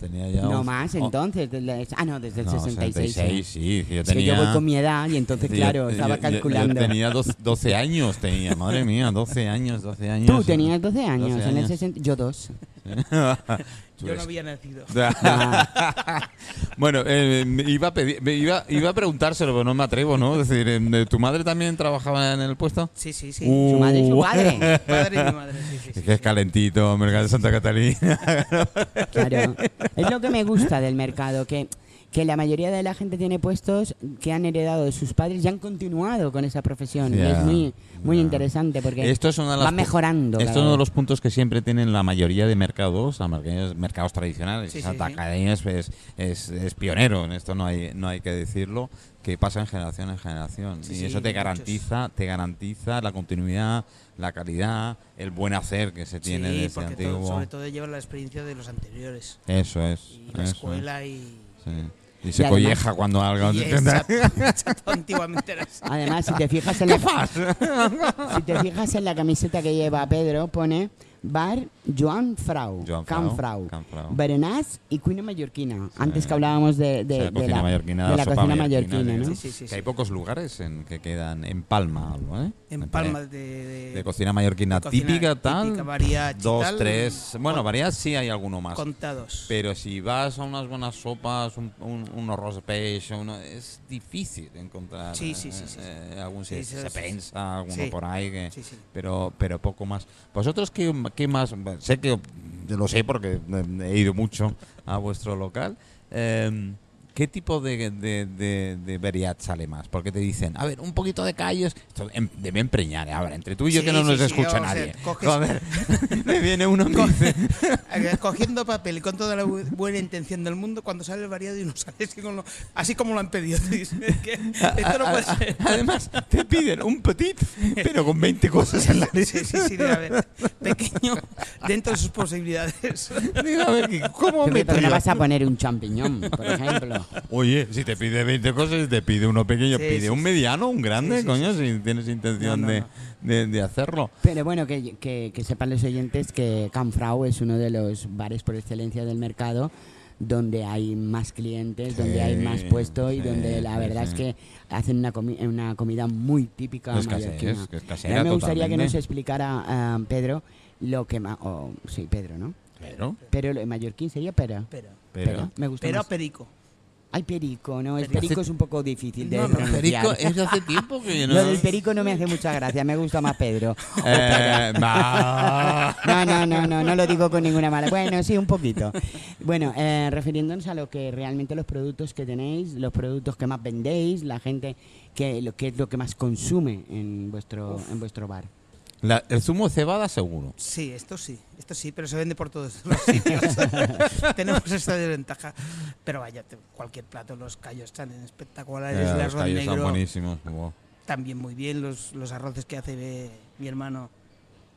A: Tenía ya
C: No
A: un-
C: más,
A: oh,
C: entonces. desde la- ah, no, desde el
A: no,
C: 66.
A: 66, sí. Yo
C: Es que ¿eh? yo
A: tenía-
C: voy con mi edad y entonces,
A: yo-
C: claro,
A: yo-
C: estaba
A: yo- yo
C: calculando.
A: tenía 12, 12 años, tenía, madre mía, 12 años, 12 años.
C: Tú tenías 12 años,
A: 12
C: en el
A: años.
C: 60. Yo dos.
A: Tú
G: Yo
A: eres
G: no había nacido.
A: bueno, eh, me iba, a pedir- me iba, iba a preguntárselo, pero no me atrevo, ¿no? Es decir, em, ¿tu madre también trabajaba en el puesto?
G: Sí, sí, sí.
A: Uh.
C: Su madre y su padre.
G: Padre y mi madre, sí, sí. sí,
A: Es que es
G: sí.
A: calentito, mercado de Santa Catalina.
C: Claro. Es lo que me gusta del mercado, que, que la mayoría de la gente tiene puestos que han heredado de sus padres y han continuado con esa profesión. Y
A: Ya,
C: es muy, muy
A: ya.
C: interesante porque
A: Esto es uno de
C: va
A: las
C: mejorando.
A: Esto es
C: cada
A: uno de
C: vez.
A: los puntos que siempre tienen la mayoría de mercados, a mercados, mercados tradicionales.
G: Sí, sí,
A: Santa
G: sí.
A: Catalina es, es, es- es pionero en esto, no hay, no hay que decirlo, que pasa en generación en generación.
G: Sí,
A: y
G: sí,
A: eso te
G: muchos.
A: garantiza, te garantiza la continuidad, la calidad, el buen hacer que se tiene
G: Sí,
A: de ese
G: porque todo-
A: antiguo.
G: sobre todo lleva la experiencia de los anteriores.
A: Eso es.
G: Y
A: eso
G: la
A: es.
G: escuela y...
A: Sí. Y se
C: además-
A: colleja cuando algo.
G: y esa- exacto, antiguamente era así.
C: Además, si te fijas en la, si te fijas en la camiseta que lleva Pedro, pone Bar Joan Frau,
A: Joan
C: Can
A: Frau,
C: Frau,
A: Can Frau.
C: Berenaz y Cuina Mallorquina. Antes que hablábamos de, de-
A: O sea,
C: de la,
A: mallorquina,
C: de la
A: sopa
C: cocina
A: mallorquina,
C: mallorquina, ¿no?
A: digamos.
G: Sí, sí, sí,
A: Que hay
G: sí.
A: pocos lugares en que quedan en Palma, algo, ¿eh? Me
G: En
A: pare-
G: Palma de, de-
A: de cocina mallorquina
G: cocina
A: típica, tal.
G: típica, variedad,
A: dos,
G: tal,
A: tres. Bueno,
G: con-
A: varias sí hay alguno más.
G: contados.
A: Pero si vas a unas buenas sopas, un, un, un arroz de peixe, uno- es difícil encontrar
G: Sí, sí, sí, sí, sí.
A: eh, algún
G: Sí,
A: se,
G: sí,
A: se
G: sí.
A: pensa, alguno
G: Sí.
A: por ahí, que-
G: Sí, sí.
A: Pero, pero poco más. ¿Vosotros qué, qué más? Bueno, Sé que lo sé porque he ido mucho a vuestro local. Eh, ¿Qué tipo de, de, de, de variedad sale más? Porque te dicen, a ver, un poquito de callos. Esto em- debe empreñar, ¿eh? ahora, entre tú y yo
G: Sí,
A: que no
G: sí,
A: nos
G: sí,
A: escucha
G: o sea,
A: nadie.
G: coges-
A: Joder, me viene uno y me dice,
G: Cogiendo papel y con toda la bu- buena intención del mundo, cuando sale el variado y no sale así, como lo- así como lo han pedido. Tú dices, "Es que esto no puede ser.
A: Además, te piden un petit, pero con 20 cosas en la lista.
G: Sí, sí, sí, debe haber. Pequeño, dentro de sus posibilidades.
A: Digo, a ver, ¿cómo
C: Yo
A: me
C: creo que no
A: priva?
C: vas a poner un champiñón, por ejemplo.
A: Oye, si te pide 20 cosas, te pide uno pequeño,
G: Sí,
A: pide
G: sí,
A: un
G: sí.
A: mediano, un grande,
G: Sí, sí,
A: coño, si tienes intención
G: No, no,
A: de,
G: no.
A: de- de hacerlo.
C: Pero bueno, que, que- que sepan los oyentes que Canfrau es uno de los bares por excelencia del mercado donde hay más clientes,
A: Sí,
C: donde hay más puestos y
A: sí,
C: donde la
A: sí,
C: verdad
A: sí.
C: es que hacen una, comi- una comida muy típica
A: Es casera,
C: mallorquina.
A: es- es
C: Y a
A: casera
C: mí me gustaría que nos
A: totalmente.
C: explicara ah, Pedro lo que más... sí, Pedro, ¿no?
A: Pero,
C: Pero lo- mallorquín sería pera.
G: Pero,
A: pero.
C: Me gusta
G: pero a
C: más.
G: perico.
C: Ay, perico, no, el
G: Perico.
C: perico es un poco difícil de
G: No, no,
C: pronunciar.
A: hace tiempo que
C: Lo del perico no me hace mucha gracia, me gusta más Pedro.
A: Eh, va.
C: No, no, no, no, no lo digo con ninguna mala. Bueno, sí, un poquito. Bueno, eh, refiriéndonos a lo que realmente los productos que tenéis, los productos que más vendéis, la gente, que, lo, que es lo que más consume en vuestro, en vuestro bar.
A: La- el zumo de cebada, seguro.
G: Sí, esto sí, esto sí, pero se vende por todos los sitios. Tenemos esta desventaja. Pero vaya, te- cualquier plato, los callos están espectaculares,
A: Eh,
G: el
A: los
G: arroz
A: callos
G: negro
A: están buenísimos. wow.
G: también muy bien, los, los arroces que hace eh, mi hermano,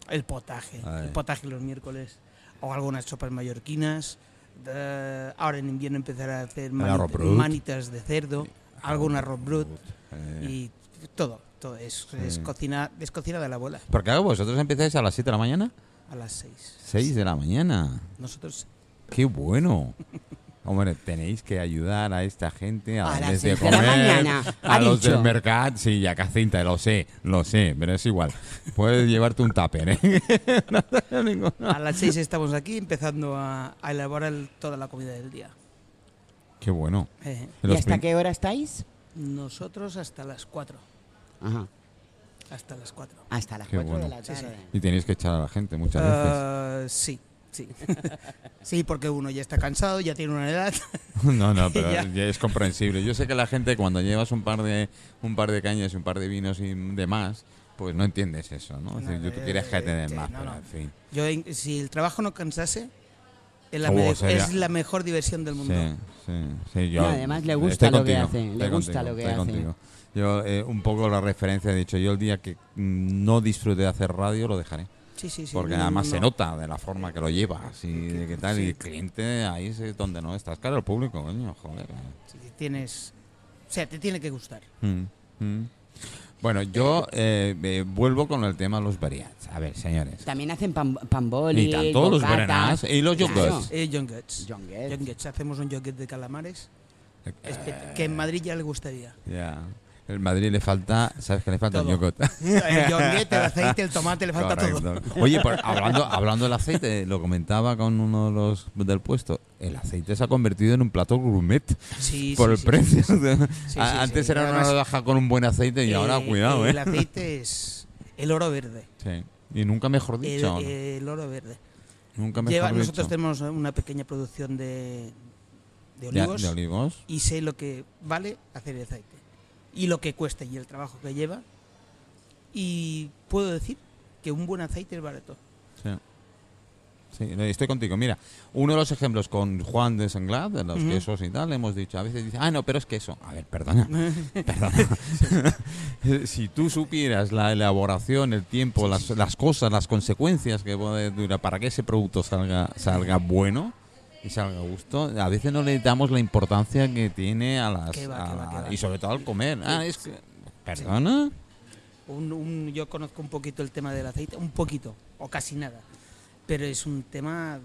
G: el potaje,
A: Ay.
G: el potaje los miércoles, o algunas sopas mallorquinas. de- ahora en invierno empezar a hacer mani-
A: arroz brut.
G: manitas de cerdo, algún arroz brut
A: Eh. Mm.
G: y todo, todo es, es cocina, es cocina de la abuela
A: Porque claro, vosotros empezáis a las 7 de la mañana.
G: a las seis.
A: 6 de la mañana.
G: Nosotros
A: ¡Qué bueno! Hombre, tenéis que ayudar a esta gente a,
C: A las
A: darles de
C: seis de la
A: comer,
C: mañana,
A: a
C: ha
A: los
C: dicho.
A: del mercado. Sí, ya Jacinta, lo sé, lo sé, pero es igual. Puedes llevarte un tupper, ¿eh? No tengo ningún-
G: A las 6 estamos aquí empezando a, a elaborar el- toda la comida del día.
A: ¡Qué bueno!
G: Eh,
C: ¿Y
A: Los
C: hasta
A: prim-
C: qué hora estáis?
G: nosotros hasta las 4.
C: Ajá,
G: Hasta las 4.
C: hasta las
A: Qué
C: 4 de
A: bueno.
C: la
G: Sí, sí.
C: tarde.
A: Y tenéis que echar a la gente muchas
C: Ah.
A: veces.
G: Ah, sí, sí. sí, porque uno ya está cansado, ya tiene una edad.
A: No, no, pero
G: Ya.
A: ya es comprensible. Yo sé que la gente cuando llevas un par de un par de cañas y un par de vinos y demás, pues no entiendes eso, ¿no? Es decir,
G: No,
A: yo- tú quieres que te den
G: eh,
A: más,
G: no,
A: pero
G: no.
A: en fin.
G: Yo, en- si el trabajo no cansase, es la,
A: Oh,
G: me-
A: sería-
G: es la mejor diversión del mundo.
A: Sí, sí, sí, yo
C: No, además le
A: estoy
C: gusta lo que
A: contigo,
C: hace, le
A: estoy
C: gusta
A: contigo,
C: lo que
A: estoy
C: hace.
A: contigo. Yo eh, un poco la referencia he dicho, yo el día que mm, no disfrute de hacer radio lo dejaré,
G: Sí, sí, sí.
A: porque
G: no, no,
A: además se
G: no.
A: nota de la forma que lo llevas y de qué tal, y
G: sí.
A: el cliente ahí es donde no estás, claro, el público, coño, joder.
G: Sí, tienes, o sea, te tiene que gustar.
A: Mm, mm. Bueno, yo eh, eh, vuelvo con el tema de los variants. A ver, señores.
C: También hacen pan, pan boli,
A: Y tanto los
C: bocatas.
A: berenás y los
C: Claro.
A: yogurts.
G: Eh, John Guts.
C: John Guts.
G: Hacemos un yogurt de calamares.
A: Eh,
G: espe- Que en Madrid ya le gustaría.
A: Ya. El Madrid le falta, ¿sabes qué le falta? El
G: Todo.
A: yogurt.
G: El yoguete, el aceite, el tomate, le falta todo.
A: Correcto. Oye, por- hablando, hablando del aceite, lo comentaba con uno de los del puesto, el aceite se ha convertido en un plato gourmet
G: Sí, sí,
A: por el
G: sí,
A: precio.
G: sí, sí. sí,
A: A-
G: sí.
A: Antes era
G: Además,
A: una rodaja con un buen aceite y ahora
G: Eh,
A: cuidado,
G: El
A: ¿eh?
G: aceite es el oro verde.
A: Sí. Y nunca mejor
G: El,
A: dicho. ¿no?
G: el oro verde.
A: nunca mejor
G: eh, Lleva-
A: dicho.
G: nosotros tenemos una pequeña producción de, de
A: Ya,
G: olivos
A: de olivos.
G: y sé lo que vale hacer el aceite. Y lo que cuesta y el trabajo que lleva. Y puedo decir que un buen aceite es barato.
A: Sí. Sí, no, estoy contigo. Mira, uno de los ejemplos con Juan de Senglad, de los
G: Ujú.
A: quesos y tal, hemos dicho, a veces dice, ah, no, pero es queso. A ver, perdona, perdona. si tú supieras la elaboración, el tiempo, las, las cosas, las consecuencias que puede durar para que ese producto salga, salga bueno y salga a gusto, a veces no le damos la importancia que tiene a las...
G: Que va,
A: a
G: que va,
A: la-
G: que va.
A: Y sobre todo al comer. Ah, es que... Perdona.
G: Un- un- yo conozco un poquito el tema del aceite, un poquito, o casi nada. pero es un tema.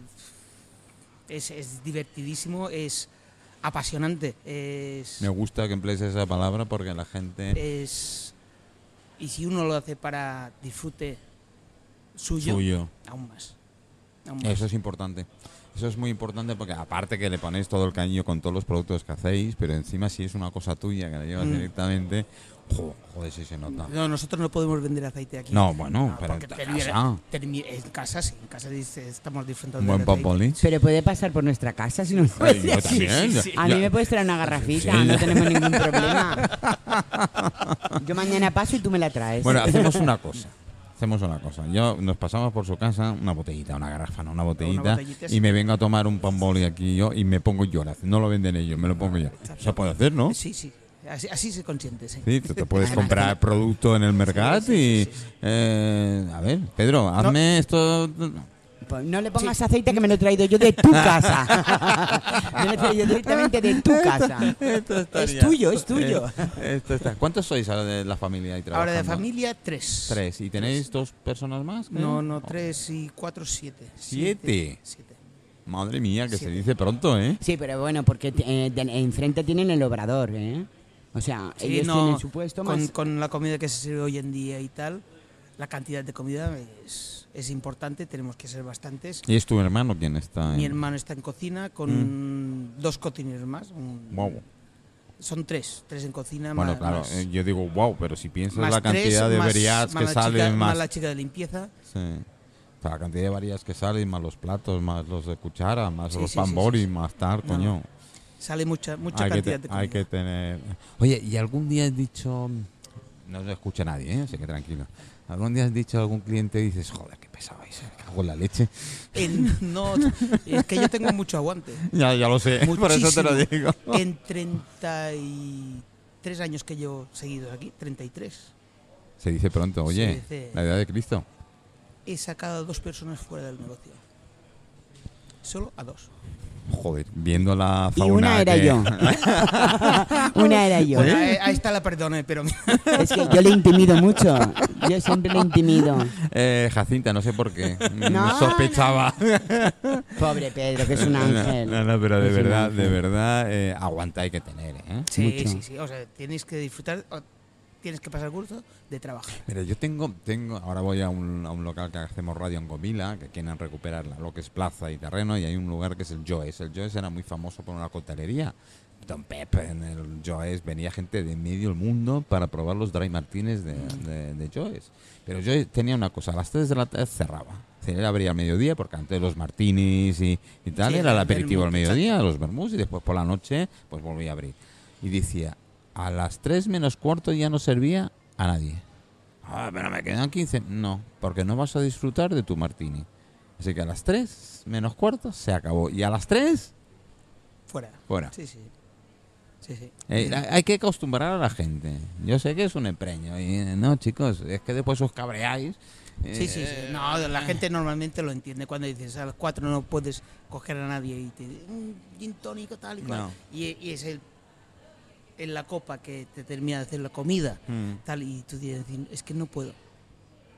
G: Es, es divertidísimo, es apasionante, es.
A: Me gusta que emplees esa palabra porque la
G: Eh,
A: gente
G: es y si uno lo hace para disfrute suyo,
A: suyo.
G: aún más. Aún más.
A: Eso es importante. Eso es muy importante porque aparte que le ponéis todo el cariño con todos los productos que hacéis, pero encima si es una cosa tuya que la llevas
G: Mm.
A: directamente, jo- joder, si se nota.
G: No, nosotros no podemos vender aceite aquí.
A: No, bueno, pero
G: porque
A: en
G: termina-
A: casa.
G: termi- en casa sí, en casa dice, estamos disfrutando
A: Un buen
G: del
A: pop
G: aceite.
C: Pero puede pasar por nuestra casa si no
A: Ay, yo
G: Sí, sí,
A: también.
G: sí.
C: A
A: Ya-
C: mí me puedes traer una garrafita,
A: Sí.
C: no tenemos ningún problema. Yo mañana paso y tú me la traes.
A: Bueno, hacemos una cosa. Hacemos una cosa. Yo nos pasamos por su casa, una botellita, una garrafa, no, una botellita,
G: botellita, sí.
A: y me vengo a tomar un pan boli aquí yo y me pongo yo. No lo venden ellos, me lo pongo yo. Se puede hacer, ¿no?
G: Sí, sí, así, así se consiente, sí.
A: Sí, tú te puedes
C: Además,
A: comprar
C: tiene-
A: producto en el mercado
G: sí, sí,
A: y...
G: sí, sí.
A: eh, a ver, Pedro, hazme esto...
C: Pues no le pongas aceite que me lo he traído yo de tu casa. me lo he traído directamente de tu casa. Es tuyo, es tuyo.
A: Eh, esto está- ¿Cuántos sois ahora de la familia y
G: Ahora de
A: trabajando?
G: familia, tres.
A: Tres. ¿Y tenéis dos personas más? creo?
G: No, no,
A: Oh,
G: tres y cuatro, siete.
A: Siete.
G: Siete.
A: Madre mía, que se
G: Siete.
A: dice pronto, ¿eh?
C: Sí, pero bueno, porque eh, de- enfrente tienen el obrador, ¿eh? O sea,
G: Sí,
C: ellos
G: no,
C: tienen su puesto
G: con,
C: más...
G: con la comida que se sirve hoy en día y tal, la cantidad de comida es, es importante, tenemos que ser bastantes.
A: ¿Y es tu hermano quien está?
G: Mi
A: en-
G: hermano está en cocina con dos cocineros más. un-
A: Mm. Guau.
G: Son tres, tres en cocina.
A: Bueno,
G: más,
A: claro,
G: más-
A: eh, yo digo, wow, pero si piensas
G: más
A: la
G: tres,
A: cantidad de
G: más-
A: varias
G: más
A: que
G: la
A: salen,
G: chica-
A: más,
G: la chica de limpieza.
A: sí. O sea, la cantidad de varias que salen, más los platos, más los de cuchara, más
G: Sí,
A: los
G: sí, sí, sí,
A: pambori,
G: sí.
A: más tal,
G: No,
A: coño.
G: Sale mucha, mucha
A: hay, que
G: cantidad
A: te-
G: de comida.
A: hay que tener. Oye, ¿y algún día has dicho.? mm, No lo escucha nadie, ¿eh? así que tranquilo. ¿Algún día has dicho a algún cliente dices, joder, qué pesado es, me cago en la leche?
G: En- no, es que yo tengo mucho aguante.
A: Ya, ya lo sé, por eso te lo digo.
G: Muchísimo. En 33 años que llevo seguidos aquí, 33,
A: Se dice pronto, oye,
G: Se dice-
A: la edad de Cristo.
G: he sacado a dos personas fuera del negocio. Solo a dos.
A: Joder, viendo la
C: Y
A: fauna.
C: una era
A: que-
C: yo. una era yo.
G: Bueno, ahí, ahí está la perdoné, pero mira,
C: Es que yo le intimido mucho. Yo siempre le intimido.
A: Eh, Jacinta, no sé por qué.
C: no.
A: sospechaba.
C: Pobre Pedro, que es un ángel.
A: No, no, pero de
C: Es un
A: verdad, de
C: ángel.
A: verdad, eh, aguanta hay que tener, ¿eh?
G: sí,
C: Mucho.
G: sí, sí. O sea, tienes que disfrutar, o tienes que pasar curso de trabajo.
A: Mira, yo tengo, tengo, ahora voy a un, a un local que hacemos radio en Govila, que quieren recuperar la- lo que es plaza y terreno, y hay un lugar que es el Joes. El Joes era muy famoso por una cotelería. Don Pepe en el Joes venía gente de medio el mundo para probar los dry martines de, de, de Joes. Pero yo tenía una cosa, a las 3 de la tarde cerraba. Él abría al mediodía porque antes los martinis y, y tal
G: Sí,
A: era el
G: el
A: aperitivo al
G: vermut,
A: mediodía, los vermús y después por la noche pues volvía a abrir. Y decía, a las 3 menos cuarto ya no servía a nadie. Ah, pero me quedan 15. No, porque no vas a disfrutar de tu martini. Así que a las 3 menos cuarto se acabó. Y a las 3,
G: Fuera.
A: fuera.
G: Sí, sí. Sí, sí.
A: Eh, hay- hay que acostumbrar a la gente. Yo sé que es un empreño. Y, eh, no, chicos, es que después os cabreáis. eh,
G: Sí, sí, sí. No, la gente normalmente lo entiende cuando dices a las 4 no puedes coger a nadie y te un gin tónico tal y cual.
A: No.
G: Y, y es el en la copa que te termina de hacer la comida
A: Mm.
G: tal y tú tienes que decir, es que no puedo.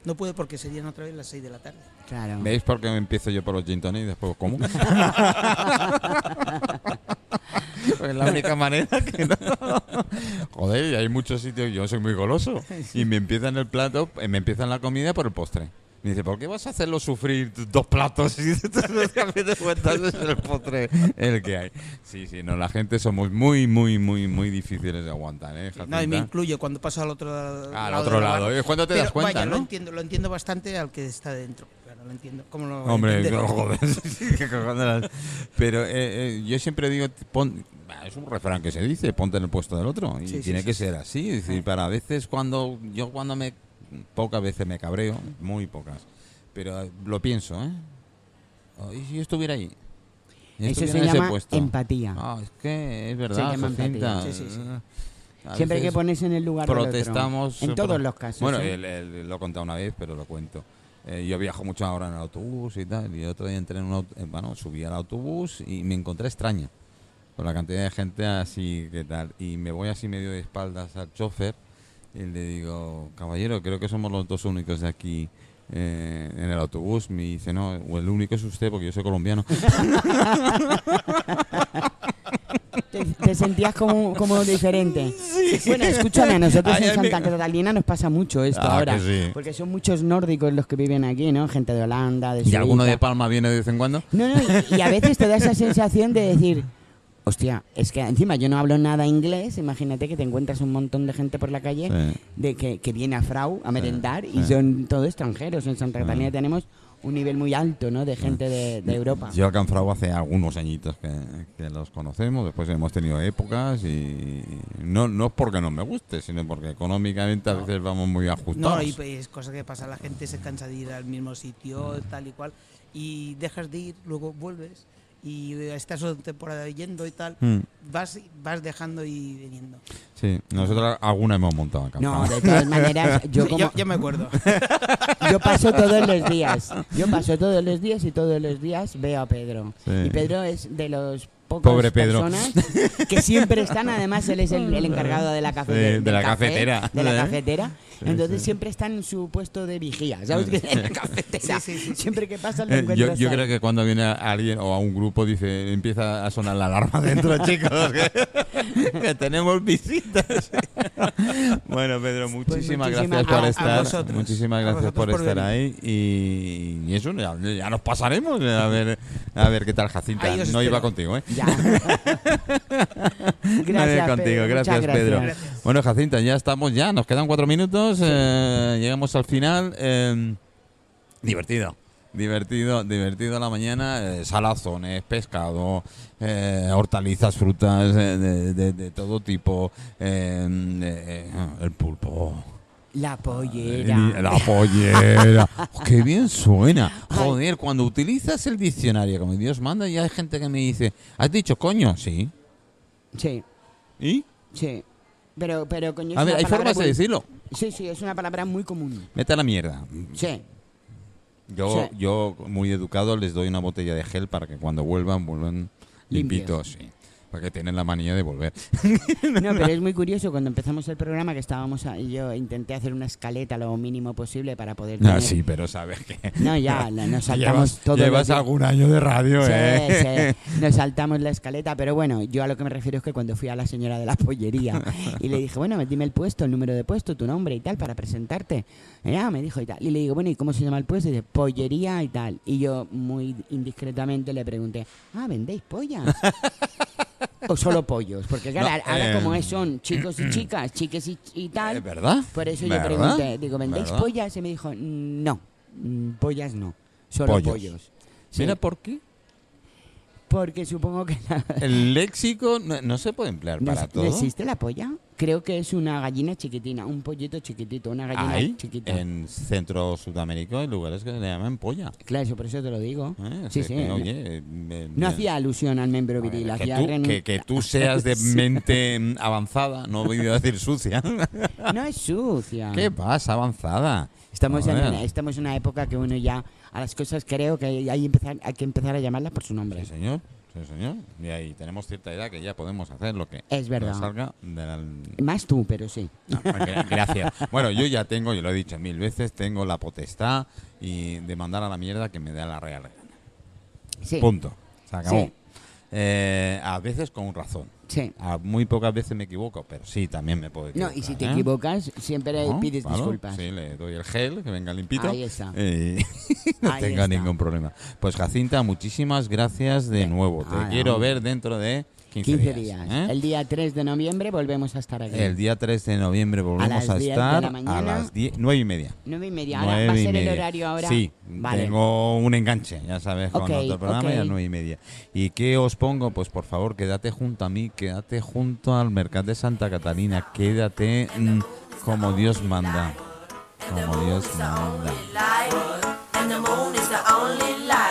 G: No puedo porque serían otra vez las 6 de la tarde.
C: Claro.
A: ¿Veis por qué empiezo yo por los gin tonic y después cómo?
G: Pues
A: Porque es la única manera que no. Joder, y hay muchos sitios, yo soy muy goloso. Y me empiezan el plato, eh, me empiezan la comida por el postre. Me dice, ¿por qué vas a hacerlo sufrir t- dos platos y a fin de cuentas es el postre el que hay? Sí, sí, no, la gente somos muy, muy, muy, muy difíciles de aguantar, ¿eh?
G: No, y me
A: Jacinta?
G: incluyo cuando paso al otro lado.
A: Al
G: de
A: otro
G: la
A: lado,
G: barra.
A: ¿eh? ¿Cuándo te
G: Pero,
A: das cuenta,
G: vaya,
A: no?
G: lo entiendo, lo entiendo bastante al que está dentro. Claro, lo entiendo. ¿Cómo lo
A: Hombre,
G: entenderé?
A: no, joder, qué cojones. Pero eh, eh, yo siempre digo, t- pon- bah, es un refrán que se dice, ponte en el puesto del otro. Y
G: Sí, sí,
A: tiene
G: sí,
A: que
G: sí.
A: ser así. Es decir, para veces cuando, yo cuando me, pocas veces me cabreo, muy pocas, pero eh, lo pienso, ¿eh? Oh, ¿Y si yo estuviera ahí? Y
C: Eso
A: estuviera
C: se
A: en ese
C: llama
A: puesto.
C: empatía.
A: Ah, es que es verdad,
C: llama
A: Jacinta.
G: empatía. Sí, sí, sí.
A: A
C: Siempre que
A: veces-
C: pones en el lugar del otro.
A: protestamos
C: En todos
A: pro-
C: los casos.
A: Bueno,
C: ¿eh?
A: el- el- lo he contado una vez, pero lo cuento. Eh, yo viajo mucho ahora en el autobús y tal. Y el otro día entré en un aut- eh, bueno, subí al autobús y me encontré extraño. Por la cantidad de gente así que tal. Y me voy así medio de espaldas al chofer y le digo, caballero, creo que somos los dos únicos de aquí eh, en el autobús me dice, no, o el único es usted porque yo soy colombiano.
C: Te, te sentías como, como diferente. Bueno, escúchame, a nosotros
A: Ay,
C: en
A: ay,
C: Santa
A: me-
C: Catalina nos pasa mucho esto
A: Ah,
C: ahora.
A: que sí.
C: Porque son muchos nórdicos los que viven aquí, ¿no? Gente de Holanda, de
A: ¿Y alguno de
C: Suiza.
A: Palma viene de vez en cuando?
C: No, no, y, y a veces te da esa sensación de decir, hostia, es que encima yo no hablo nada inglés, imagínate que te encuentras un montón de gente por la calle
A: Sí.
C: de que, que viene a Frau a merendar y
A: sí. Mm.
C: son todos extranjeros. En Santa Catalina tenemos un nivel muy alto, ¿no? De gente de, de Europa.
A: Yo a Canfrau hace algunos añitos que, que los conocemos, después hemos tenido épocas y no, no es porque no me guste, sino porque económicamente a veces vamos muy ajustados.
G: No, y pues, es cosa que pasa, la gente se cansa de ir al mismo sitio, tal y cual, y dejas de ir, luego vuelves y eh, estás una temporada yendo y tal,
A: Mm,
G: vas, vas dejando y viniendo.
A: sí, nosotros alguna hemos montado a Canfrau.
C: No, de todas maneras, yo
G: Sí,
C: como...
G: ya, ya me acuerdo.
C: Yo paso todos los días. Yo paso todos los días y todos los días veo a Pedro.
A: Sí.
C: Y Pedro es de los pocos
A: Pobre Pedro.
C: personas que siempre están. Además, él es el, el encargado de la, cafe-
A: Sí, de
C: del
A: la
C: café,
A: cafetera.
C: De la
A: Sí.
C: cafetera.
A: Sí,
C: Entonces
A: sí.
C: siempre está en su puesto de vigía. ¿Sabes? Que en la cafetera.
G: Sí, sí, sí, sí.
C: Siempre que pasa lo
A: Eh,
C: encuentras.
A: yo, yo
C: ahí.
A: creo que cuando viene a alguien o a un grupo dice empieza a sonar la alarma dentro, chicos, que, que tenemos visitas. bueno, Pedro, muchísimas,
C: muchísimas
A: gracias
C: gracias
A: por
G: Pues a- a
A: estar.
G: vosotros.
A: muchísimas
G: A
A: gracias
G: vosotros
A: por,
G: por
A: estar ahí y, y eso ya, ya nos pasaremos a ver a ver qué tal Jacinta.
G: Ahí
A: No
G: os
A: iba
G: espero.
A: contigo, ¿eh?
C: Ya.
A: No iba
C: gracias,
A: contigo,
C: Pedro. Muchas
A: gracias, Pedro.
C: gracias.
A: Bueno, Jacinta, ya estamos ya, nos quedan cuatro minutos, eh, llegamos al final. eh, divertido. Divertido, divertido la mañana, eh, salazones, pescado, eh, hortalizas, frutas eh, de, de- de todo tipo, eh, eh, el pulpo,
C: La pollera.
A: la pollera. ¡Qué bien suena! Joder, cuando utilizas el diccionario, como Dios manda, ya hay gente que me dice, ¿has dicho coño? Sí.
C: Sí,
A: ¿Y?
C: sí. Pero, pero coño, es
A: A ver,
C: una
A: hay
C: palabra
A: formas de
C: muy-
A: decirlo.
C: Sí, sí, es una palabra muy común.
A: Meta la mierda.
C: Sí.
A: Yo,
C: Sí.
A: yo muy educado, les doy una botella de gel para que cuando vuelvan, vuelvan
C: Limpios.
A: limpitos. Sí. Porque tienen la manía de volver.
C: No, pero es muy curioso cuando empezamos el programa que estábamos a- yo intenté hacer una escaleta lo mínimo posible para poder
A: No,
C: tener-
A: Ah, sí, pero sabes que.
C: No, ya, la- nos saltamos
A: Llevas,
C: todo lo
A: llevas
C: que-
A: algún año de radio,
C: Sí,
A: ¿eh?
C: sí, nos saltamos la escaleta, pero bueno, yo a lo que me refiero es que cuando fui a la señora de la pollería y le dije, bueno, dime el puesto, el número de puesto, tu nombre y tal, para presentarte. Y ya, me dijo y tal. Y le digo, bueno, ¿y cómo se llama el puesto? Y dice, pollería y tal. Y yo muy indiscretamente le pregunté, ah, ¿vendéis pollas? o solo pollos, porque claro,
A: No,
C: ahora
A: eh,
C: como es, son chicos y chicas, chiques y, y tal,
A: ¿Es ¿Verdad?
C: por eso
A: ¿Verdad?
C: yo pregunté, digo, ¿vendéis
A: ¿Verdad?
C: pollas? Y me dijo, no, mm, pollas no, solo
A: Pollos.
C: pollos. Sí,
A: Mira por qué.
C: porque supongo que la-
A: El léxico no, no se puede emplear
C: no
A: para
C: sé,
A: todo.
C: ¿no existe la polla? Creo que es una gallina chiquitina, un pollito chiquitito, una gallina
A: Hay
C: chiquita.
A: en Centro Sudamérica hay lugares que le llaman polla.
C: Claro, eso por eso te lo digo.
A: ¿eh?
C: Sí,
A: Es
C: sí,
A: que,
C: no-
A: oye, me-
C: No
A: me-
C: hacía alusión al miembro
A: A ver,
C: viril,
A: que,
C: hacía
A: tú,
C: renun-
A: que- que tú seas de
C: Sí.
A: mente mm, avanzada, no voy a decir sucia.
C: No es sucia.
A: ¿Qué Ah, pasa, avanzada?
C: Estamos en,
A: Joder.
C: una, estamos en una época que uno ya a las cosas creo que hay, empezar, hay que empezar a llamarlas por su nombre.
A: Sí, señor. Sí, señor. Y ahí tenemos cierta edad que ya podemos hacer lo que
C: Es verdad.
A: nos salga de la-
C: Más tú, pero sí.
A: No, gra- Gracias. Bueno, yo ya tengo, yo lo he dicho mil veces, tengo la potestad y de mandar a la mierda que me da la real. gana.
C: Sí,
A: Punto. Se acabó.
C: Sí.
A: Eh, a veces con razón.
C: sí.
A: A muy pocas veces me equivoco, pero sí, también me puedo
C: No,
A: equivocar.
C: y si te
A: ¿eh?
C: equivocas, siempre
A: No,
C: pides
A: claro,
C: disculpas.
A: Sí, le doy el gel, que venga limpito.
C: Ahí está.
A: Y no
C: Ahí
A: tenga
C: está.
A: ningún problema. Pues Jacinta, muchísimas gracias de nuevo. Te
C: Ah,
A: quiero
C: no.
A: ver dentro de 15,
C: 15 días.
A: ¿eh?
C: El día 3 de noviembre volvemos a estar aquí.
A: El día 3 de noviembre volvemos
C: las
A: a,
C: 10 de la
A: estar a
C: mañana.
A: las 10, 9 y media.
C: 9 y media. Ahora
A: Nueve
C: va a
A: y
C: ser el
A: media.
C: horario ahora.
A: Sí,
C: vale.
A: tengo un enganche, ya sabes, con
C: Ok,
A: otro programa y a
C: ok.
A: nueve y media. ¿Y qué os pongo? Pues por favor, quédate junto a mí, quédate junto al Mercado de Santa Catalina, quédate mm, como Dios manda. Como Dios manda.
H: light, and the moon is the only light.